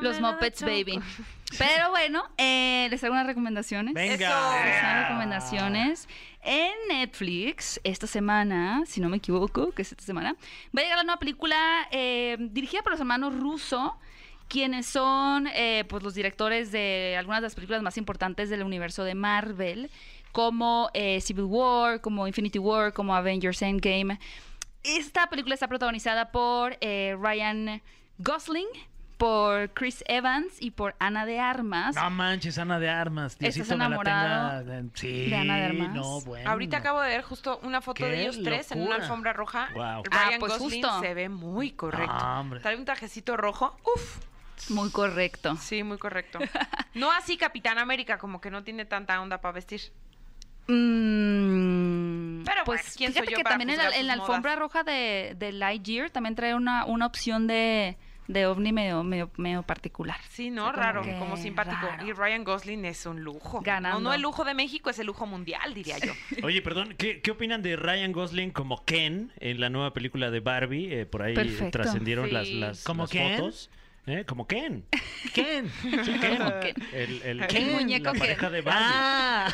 S7: Los Muppets Baby. Pero bueno, eh, les hago unas recomendaciones.
S2: Eso.
S7: Les hago
S4: Venga.
S7: recomendaciones. En Netflix, esta semana, si no me equivoco, que es esta semana, va a llegar la nueva película eh, dirigida por los hermanos Russo, quienes son eh, pues, los directores de algunas de las películas más importantes del universo de Marvel, como eh, Civil War, como Infinity War, como Avengers Endgame. Esta película está protagonizada por eh, Ryan Gosling, por Chris Evans y por Ana de Armas.
S4: No manches, Ana de Armas.
S7: ¿Estás
S4: Diosito me la
S3: eh,
S7: enamorado
S4: tenga. Sí.
S7: de Ana de Armas?
S4: No, bueno.
S2: Ahorita
S3: Mm.
S2: acabo de ver justo una foto
S4: Qué
S2: de ellos tres en una
S4: locura.
S2: alfombra roja.
S3: Guau.
S7: Ah,
S2: Ryan
S7: pues
S2: Gosling
S7: justo.
S2: se ve muy correcto.
S4: Ah, hombre.
S2: Trae un trajecito rojo. Uf.
S7: Muy correcto.
S2: Sí, muy correcto. No así Capitán América, como que no tiene tanta onda para vestir.
S7: Mm,
S2: Pero
S7: pues
S2: bueno, ¿quién soy
S7: fíjate
S2: yo
S7: que
S2: para
S7: también en la,
S2: juzgar
S7: en la
S2: sus
S7: alfombra roja de, de Lightyear también trae una, una opción de, de ovni medio, medio, medio particular.
S2: Sí, ¿no?
S7: Como
S2: raro,
S7: que
S2: como simpático.
S7: raro.
S2: Y Ryan Gosling es un lujo.
S7: Ganando.
S2: No, no el lujo de México, es el lujo mundial, diría yo.
S3: Oye, perdón, ¿qué, qué opinan de Ryan Gosling como Ken en la nueva película de Barbie? Eh, por ahí
S7: Perfecto.
S3: trascendieron
S2: Sí.
S3: las, las,
S4: ¿Como
S3: las
S4: Ken?
S3: fotos. ¿Eh? Como Ken.
S4: ¿Quién?
S3: Sí, Ken.
S7: Como Ken.
S3: El, el
S2: El
S3: Ken,
S7: muñeco
S3: la
S7: Ken.
S3: pareja de Barbie.
S4: Ah.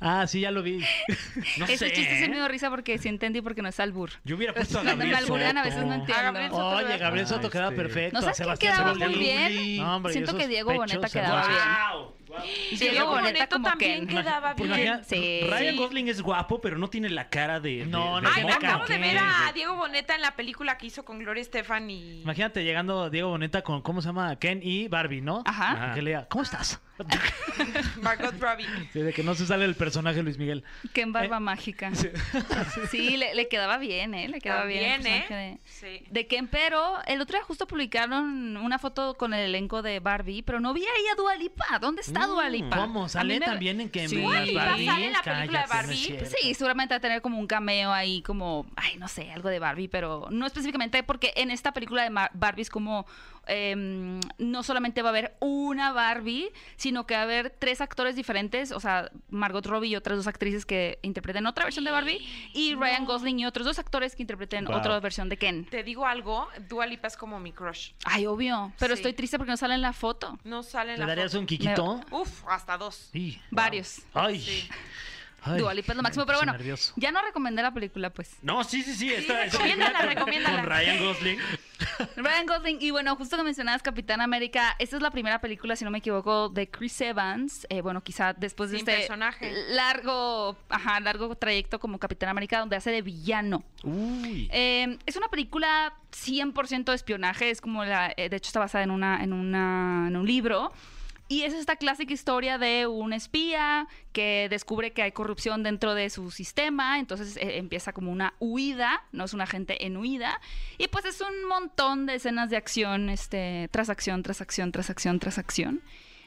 S4: ah, sí, ya lo vi. Ah,
S3: no
S7: Ese
S3: sé.
S7: chiste se me
S3: ¿eh?
S7: dio risa porque sí entendí porque no es albur.
S3: Yo hubiera puesto a
S7: Cuando
S3: Gabriel
S7: me alburean a veces no
S3: Soto.
S7: entiendo.
S2: Gabriel Soto.
S4: Oye, Gabriel
S3: Ah,
S4: Soto queda
S3: este.
S4: perfecto.
S7: ¿No sabes quién
S4: Sebastián
S7: quedaba
S4: Sebastián.
S7: muy bien?
S4: Uli. No, hombre,
S7: Siento
S4: esos
S7: que Diego Boneta
S4: pechos,
S7: quedaba
S4: guau.
S7: bien.
S3: ¡Guau! ¡Guau!
S2: Diego
S7: Diego Boneta
S2: Bonetto
S7: como
S2: también
S7: Ken.
S2: quedaba
S4: Porque
S2: bien.
S4: ya-
S7: Sí.
S3: Ryan Gosling es guapo, pero no tiene la cara de.
S4: No,
S3: de-
S4: no
S3: de
S2: Ay,
S4: Moca,
S2: acabo de
S4: ¿qué?
S2: ver a Diego Boneta en la película que hizo con Gloria Estefan y...
S4: Imagínate llegando Diego Boneta con, ¿cómo se llama? Ken y Barbie, ¿no?
S7: Ajá.
S4: Y Que le diga, ¿cómo estás?
S2: Margot Robbie.
S4: Sí, de que no se sale el personaje Luis Miguel.
S7: Que en barba
S4: Eh,
S7: mágica. Sí, le, le quedaba bien, ¿eh? Le quedaba bien. el
S2: También, ¿eh?
S7: personaje de-
S2: Sí.
S7: De Ken, pero el otro día justo publicaron una foto con el elenco de Barbie, pero no vi ahí a Dua Lipa. ¿Dónde está Dua Lipa?
S4: ¿Cómo? ¿Sale
S7: A mí me-
S4: también en que
S7: Sí.
S4: me
S7: Dua
S4: las
S7: Lipa
S4: Barbies?
S2: sale en la película de
S4: Cállate, no es
S2: Barbie.
S4: cierto.
S7: Sí, seguramente va a tener como un cameo ahí, como, ay, no sé, algo de Barbie, pero no específicamente, porque en esta película de Mar- Barbie es como, em, no solamente va a haber una Barbie, sino que va a haber tres actores diferentes, o sea, Margot Robbie y otras dos actrices que interpreten otra versión de Barbie, y Ryan Gosling y otros dos actores que interpreten
S3: Wow.
S7: otra versión de Ken.
S2: Te digo algo, Dua Lipa es como mi crush.
S7: Ay, obvio, pero
S2: Sí.
S7: estoy triste porque no sale en la foto.
S2: No sale en
S4: ¿Le
S2: la
S4: darías
S2: foto.
S4: un quiquito?
S2: Uf, hasta dos.
S4: Sí.
S7: Varios.
S4: Ay.
S2: Sí.
S4: Ay.
S7: Dua Lipa es lo máximo, pero
S4: Estoy
S7: bueno,
S4: nervioso.
S7: ya no recomendé la película, pues.
S3: No, sí, sí, sí. Esta, esta
S2: recomiéndala,
S3: película con-
S2: recomiéndala.
S3: Con Ryan Gosling.
S7: Ryan Gosling, y bueno, justo que mencionabas Capitán América, esta es la primera película, si no me equivoco, de Chris Evans. Eh, bueno, quizá después de
S2: Sin
S7: este
S2: personaje.
S7: largo, ajá, largo trayecto como Capitán América, donde hace de villano.
S3: Uy.
S7: Eh, es una película 100% de espionaje, es como la, eh, de hecho está basada en, una, en, una, en un libro. Y es esta clásica historia de un espía que descubre que hay corrupción dentro de su sistema, entonces eh, empieza como una huida, no es un agente en huida. Y pues es un montón de escenas de acción, este, tras acción, tras acción, tras acción, tras acción.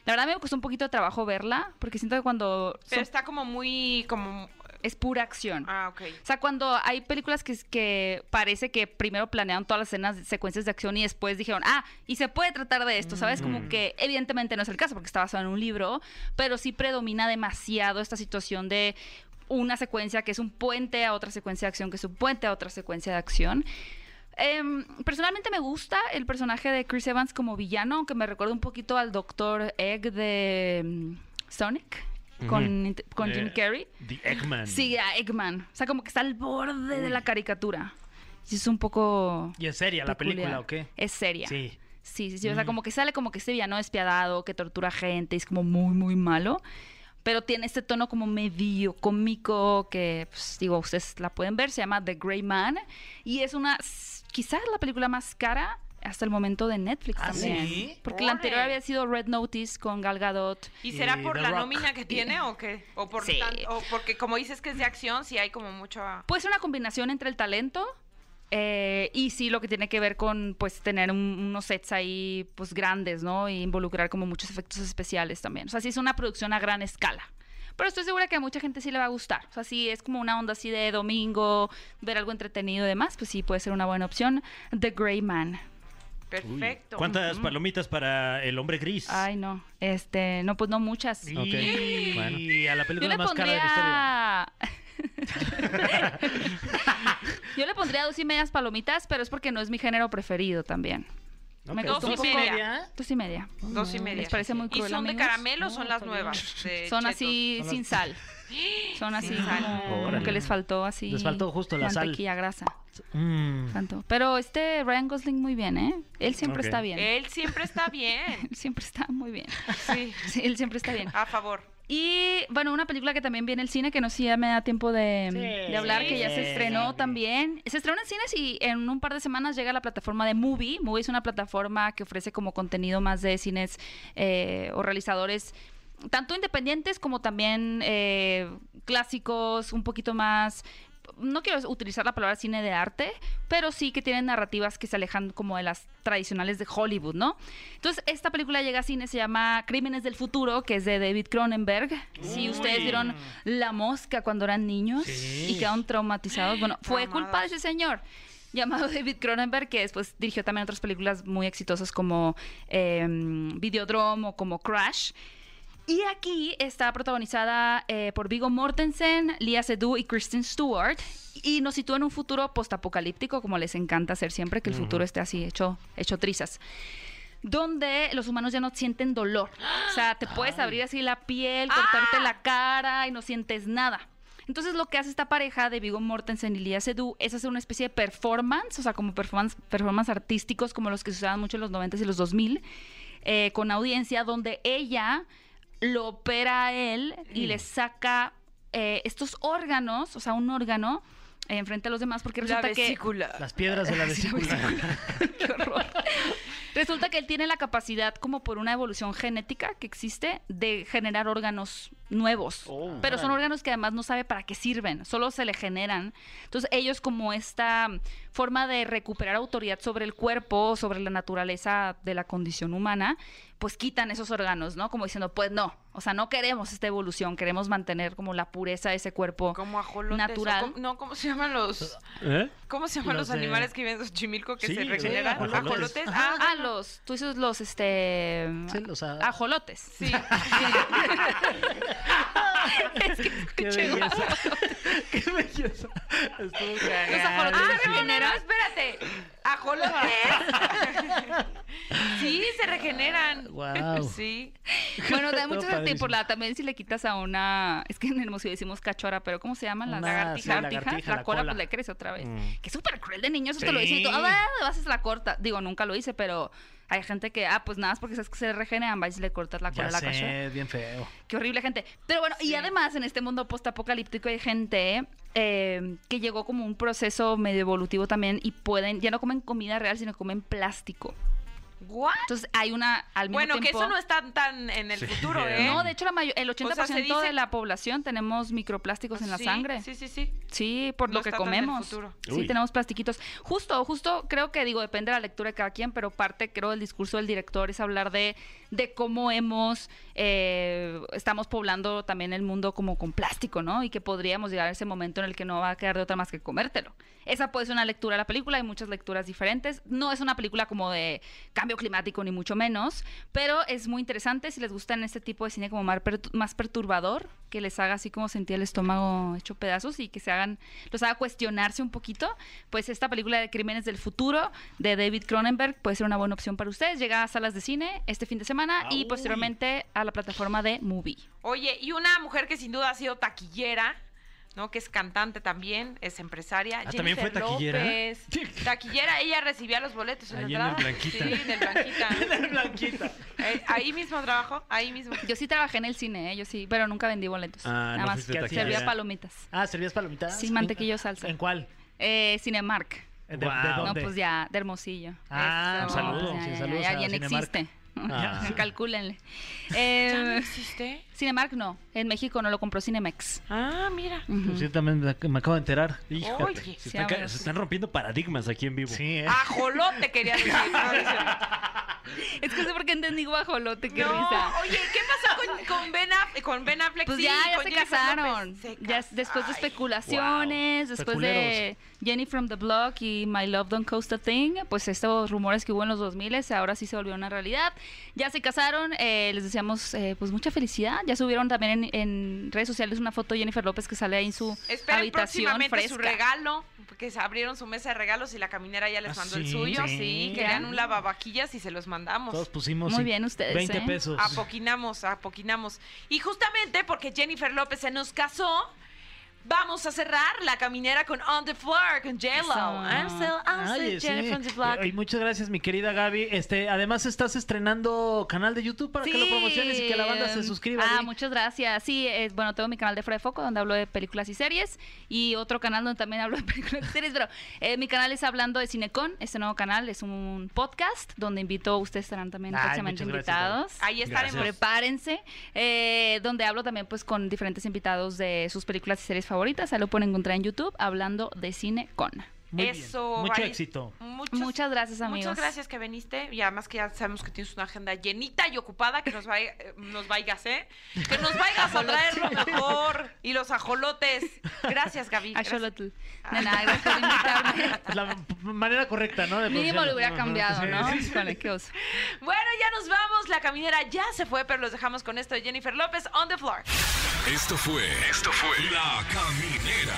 S7: La verdad me costó un poquito de trabajo verla, porque siento que cuando
S2: Pero
S7: son-
S2: está como muy, como...
S7: es pura acción.
S2: Ah, ok.
S7: O sea, cuando hay películas que, que parece que primero planearon todas las escenas, secuencias de acción y después dijeron, ah, y se puede tratar de esto, ¿sabes? Como que evidentemente no es el caso porque está basado en un libro, pero sí predomina demasiado esta situación de una secuencia que es un puente a otra secuencia de acción, que es un puente a otra secuencia de acción. Em, personalmente me gusta el personaje de Chris Evans como villano, aunque me recuerda un poquito al Doctor Egg de mm, Sonic con, con Jim
S3: Eh,
S7: Carrey.
S3: The Eggman.
S7: Sí, a Eggman. O sea, como que está al borde de la caricatura. Sí, es un poco.
S4: ¿Y es seria la
S7: peculiar.
S4: película o qué?
S7: Es seria. Sí.
S4: Sí.
S7: Sí, sí, O sea, como que sale como que este villano despiadado, que tortura gente, y es como muy, muy malo. Pero tiene este tono como medio cómico que, pues, digo, ustedes la pueden ver. Se llama The Grey Man. Y es una. s- Quizás la película más cara hasta el momento de Netflix
S4: ¿Ah,
S7: también.
S4: sí?
S7: Porque la anterior
S2: Órale.
S7: había sido Red Notice con Gal Gadot.
S2: ¿Y será
S4: Y
S2: por
S4: The
S2: la
S4: Rock.
S2: nómina que tiene o qué? O, por
S7: Sí.
S2: tan- o porque como dices que es de acción, sí hay como mucho... ah,
S7: Puede ser una combinación entre el talento eh, y sí lo que tiene que ver con pues tener un- unos sets ahí pues grandes, ¿no? Y involucrar como muchos efectos especiales también. O sea, sí es una producción a gran escala. Pero estoy segura que a mucha gente sí le va a gustar. O sea, si es como una onda así de domingo, ver algo entretenido y demás, pues sí puede ser una buena opción. The Grey Man.
S3: Uy.
S2: Perfecto.
S3: ¿Cuántas palomitas para el hombre gris?
S7: Ay, no. Este, no, pues no muchas.
S4: Y
S3: Ok. Bueno.
S4: a la
S7: Yo
S4: película
S7: le
S4: más cara de la historia.
S7: pondría. Yo le pondría dos y medias palomitas, pero es porque no es mi género preferido también. Me
S3: Ok.
S7: costó un
S2: Dos y
S7: poco-
S2: media.
S7: Dos y media.
S2: Dos y media.
S7: Mm, ¿Les parece muy
S2: ¿Y
S7: cruel,
S2: son de
S7: amigos?
S2: caramelo o son
S7: No,
S2: las
S7: está bien.
S2: nuevas? de
S7: Son
S2: Eh, chetos?
S7: así
S4: Son las-
S7: sin sal. Son así
S2: Sin sal.
S7: como, como
S3: Órale.
S7: que les faltó así.
S4: Les faltó justo la sal.
S7: mantequilla, grasa.
S4: Mm.
S7: Tanto. Pero este Ryan Gosling muy bien, ¿eh? Él siempre
S3: Ok.
S7: está bien. Él
S2: Él siempre está bien.
S7: siempre está muy bien.
S2: Sí.
S7: Sí, él siempre está bien.
S2: A favor.
S7: Y bueno, una película que también viene el cine, que no sé si ya me da tiempo de,
S4: Sí.
S7: de hablar, que ya
S4: Sí.
S7: se estrenó también. Se estrenó en cines y en un par de semanas llega a la plataforma de Movie. Movie es una plataforma que ofrece como contenido más de cines eh, o realizadores tanto independientes como también eh, clásicos, un poquito más... No quiero utilizar la palabra cine de arte, pero sí que tienen narrativas que se alejan como de las tradicionales de Hollywood, ¿no? Entonces, esta película llega a cine, se llama Crímenes del Futuro, que es de David Cronenberg. Si ustedes vieron La Mosca cuando eran niños
S4: Sí.
S7: y quedaron traumatizados, bueno, fue
S2: Traumados.
S7: culpa de ese señor llamado David Cronenberg, que después dirigió también otras películas muy exitosas como eh, Videodrome o como Crash. Y aquí está protagonizada eh, por Vigo Mortensen, Lia Seydoux y Kristen Stewart. Y nos sitúa en un futuro postapocalíptico, como les encanta hacer siempre, que el futuro esté así, hecho, hecho trizas. Donde los humanos ya no sienten dolor. O sea, te puedes abrir así la piel, cortarte la cara y no sientes nada. Entonces lo que hace esta pareja de Vigo Mortensen y Lia Seydoux es hacer una especie de performance, o sea, como performance, performance artísticos como los que se usaban mucho en los 90s y los 2000, eh, con audiencia donde ella lo opera a él y le saca eh, estos órganos, o sea, un órgano eh, enfrente a los demás porque resulta que
S4: Las piedras de la vesícula.
S7: Qué horror. Resulta que él tiene la capacidad, como por una evolución genética que existe, de generar órganos nuevos.
S3: Oh,
S7: pero son
S3: órale.
S7: órganos que además no sabe para qué sirven, solo se le generan. Entonces ellos como esta forma de recuperar autoridad sobre el cuerpo, sobre la naturaleza de la condición humana, pues quitan esos órganos, ¿no? Como diciendo, pues no, o sea, no queremos esta evolución, queremos mantener como la pureza de ese cuerpo.
S2: Como ajolotes.
S7: Natural.
S2: o como- no, ¿cómo se llaman los,
S3: ¿Eh?
S2: cómo se llaman
S4: Los
S2: los,
S4: de-
S2: animales que viven en Xochimilco que
S3: Sí,
S2: se
S3: sí,
S2: regeneran?
S3: ajolotes.
S2: ajolotes.
S7: Ah,
S2: Ah,
S7: los, tú dices los, este...
S4: Sí, o sea,
S7: Ajolotes.
S2: sí.
S7: Es que
S4: qué
S7: escuché
S4: belleza. qué belleza. Estuvo
S7: Los ajolotes
S2: Ah,
S7: se
S2: no, no, no,
S7: regeneran.
S2: espérate. Ajolotes. sí, se regeneran.
S4: Guau.
S2: Sí.
S7: Bueno, da
S4: Todo
S7: mucho sentido
S4: padrísimo.
S7: por la también si le quitas a una, es que en Hermosillo decimos cachora, pero ¿cómo se llaman las
S4: Una-
S7: lagartijas?
S4: sí, lagartija,
S7: la,
S4: la
S7: cola,
S4: cola.
S7: pues le crece otra vez.
S3: Mm.
S7: Que es súper cruel de niños, te lo dicen y tú,
S3: Sí.
S7: ah, bah, vas a hacer la corta. Digo, nunca lo hice, pero hay gente que, ah, pues nada, es porque sabes que se regeneran, vais y le cortas la cola
S4: Ya
S7: a la cachora.
S4: sé, bien feo.
S7: Qué horrible gente. Pero bueno, y además en este mundo postapocalíptico hay gente eh, que llegó como un proceso medio evolutivo también y pueden, ya no comen comida real, sino comen plástico.
S2: What?
S7: Entonces hay una, al mismo
S2: Bueno, que
S7: tiempo-
S2: eso no es tan, tan en el
S3: Sí.
S2: futuro, ¿eh?
S7: No, de hecho, la mayo- el 80%
S2: se dice-
S7: de la población tenemos microplásticos pues en la
S2: Sí,
S7: sangre. Sí,
S2: Sí, sí, sí.
S7: por
S2: No
S7: lo que
S2: está tan del
S7: comemos.
S2: futuro.
S7: Sí,
S3: Uy.
S7: tenemos plastiquitos. Justo, justo, creo que digo, depende de la lectura de cada quien, pero parte, creo, del discurso del director es hablar de, de cómo hemos, eh, estamos poblando también el mundo como con plástico, ¿no? Y que podríamos llegar a ese momento en el que no va a quedar de otra más que comértelo. Esa puede ser una lectura de la película, hay muchas lecturas diferentes. No es una película como de cambio climático, ni mucho menos, pero es muy interesante si les gustan este tipo de cine como más, pertu- más perturbador, que les haga así como sentir el estómago hecho pedazos y que se hagan, los haga cuestionarse un poquito. Pues esta película de Crímenes del Futuro de David Cronenberg puede ser una buena opción para ustedes. Llega a salas de cine este fin de semana
S3: Ah, uy.
S7: y posteriormente a la plataforma de Movie.
S2: Oye, y una mujer que sin duda ha sido taquillera, ¿no? Que es cantante también, es empresaria.
S3: Ah, ¿también fue taquillera?
S2: López. Taquillera, ella recibía los boletos en la
S3: Ahí en el
S2: entrada.
S3: Blanquita.
S2: Sí, en el Blanquita.
S4: Blanquita.
S2: Eh, ahí mismo trabajo, ahí mismo.
S7: Yo sí trabajé en el cine, ¿eh? yo sí, pero nunca vendí boletos.
S3: Ah,
S7: Nada
S3: no
S7: más
S3: fuiste
S7: que
S4: taquillera.
S7: servía palomitas.
S4: Ah, ¿servías palomitas?
S7: Sí, mantequillo, salsa.
S4: ¿En cuál?
S7: Eh, Cinemark.
S4: ¿De, de
S3: Guau.
S7: No,
S4: dónde?
S7: pues ya, de Hermosillo.
S4: Ah,
S7: No,
S4: un
S3: Eso.
S4: saludo.
S7: pues ya,
S4: sí,
S7: ya,
S4: saludos
S7: ya,
S4: a
S7: ya no
S4: Cinemark.
S7: existe.
S3: Ah.
S7: Calcúlenle.
S2: ¿Ya no
S7: Eh,
S2: existe?
S7: Cinemark no. En México no lo compró Cinemex.
S2: Ah, mira.
S7: Ujú.
S4: Pues sí, también me, ac- me acabo de enterar.
S3: Híjole,
S2: Oye,
S3: se,
S7: sí,
S3: están, ca-
S7: ahora
S3: se
S7: sí.
S3: están rompiendo paradigmas aquí en vivo.
S4: Sí, ¿eh?
S2: Ajolote quería decir. No, dice-
S7: Es que no sé por qué entendí guajolote, qué
S2: No,
S7: risa.
S2: oye, ¿qué pasó con, con, ben, Aff- con Ben Affleck?
S7: Pues
S2: Sí,
S7: ya, ya
S2: con
S7: se
S2: Jennifer
S7: casaron.
S2: López. Se
S7: Ya
S2: cas-
S7: después de este
S2: Ay.
S7: especulaciones, después de Jenny from the Block y My Love Don't Cost a Thing, pues estos rumores que hubo en los 2000 ahora sí se volvió una realidad. Ya se casaron, eh, les deseamos eh, pues mucha felicidad. Ya subieron también en, en redes sociales una foto de Jennifer López que sale ahí en su
S2: Esperen
S7: habitación
S2: próximamente
S7: fresca.
S2: su regalo, porque se abrieron su mesa de regalos y la caminera ya les
S4: ¿Ah,
S2: mandó
S4: sí?
S2: el suyo.
S4: Sí.
S2: Sí, querían un lavavajillas y se los mandamos.
S4: Todos pusimos
S7: Muy
S4: sí,
S7: bien ustedes,
S4: 20
S7: ¿eh?
S4: pesos.
S2: Apoquinamos, apoquinamos. Y justamente porque Jennifer López se nos casó, vamos a cerrar la caminera con On the Floor, con J-Lo.
S7: Eso.
S2: I'm still, I'm still
S4: Ay, sí.
S2: Jennifer on the Block.
S4: Ay, muchas gracias, mi querida Gaby. Este, además estás estrenando canal de YouTube para Ah, que lo
S7: Sí.
S4: promociones y que la banda se suscriba.
S7: Ah,
S4: Gaby.
S7: muchas gracias. Sí, eh, bueno, tengo mi canal de Fuera de Foco donde hablo de películas y series y otro canal donde también hablo de películas y series, pero eh, mi canal es Hablando de Cinecon, este nuevo canal es un podcast donde invito, ustedes estarán también
S4: Ay,
S7: próximamente
S4: muchas gracias, Gaby.
S7: invitados.
S2: Ahí estaremos.
S3: Gracias.
S7: Prepárense, eh, donde hablo también pues con diferentes invitados de sus películas y series favoritas. Ahí lo pueden encontrar en YouTube, hablando de Cinecon.
S4: Muy bien.
S2: Eso,
S4: Mucho
S2: Ray.
S4: éxito.
S2: Muchas,
S7: Muchas gracias, amigos.
S2: Muchas gracias que viniste y además que ya sabemos que tienes una agenda llenita y ocupada que nos, vai- eh, nos vayas, ¿eh? Que nos vayas a traer lo mejor y los ajolotes. Gracias, Gaby.
S7: A
S2: gracias.
S7: Xolotl. De nada, gracias por invitarme.
S4: Es pues, la p- manera correcta, ¿no? De
S7: Mínimo
S4: pronunciarlo.
S7: lo hubiera
S4: Ajá,
S7: cambiado,
S4: sí.
S7: ¿no? Híjole, qué oso.
S2: Bueno, ya nos vamos. La caminera ya se fue, pero los dejamos con esto de Jennifer López on the floor.
S1: Esto fue. Esto fue. La Caminera.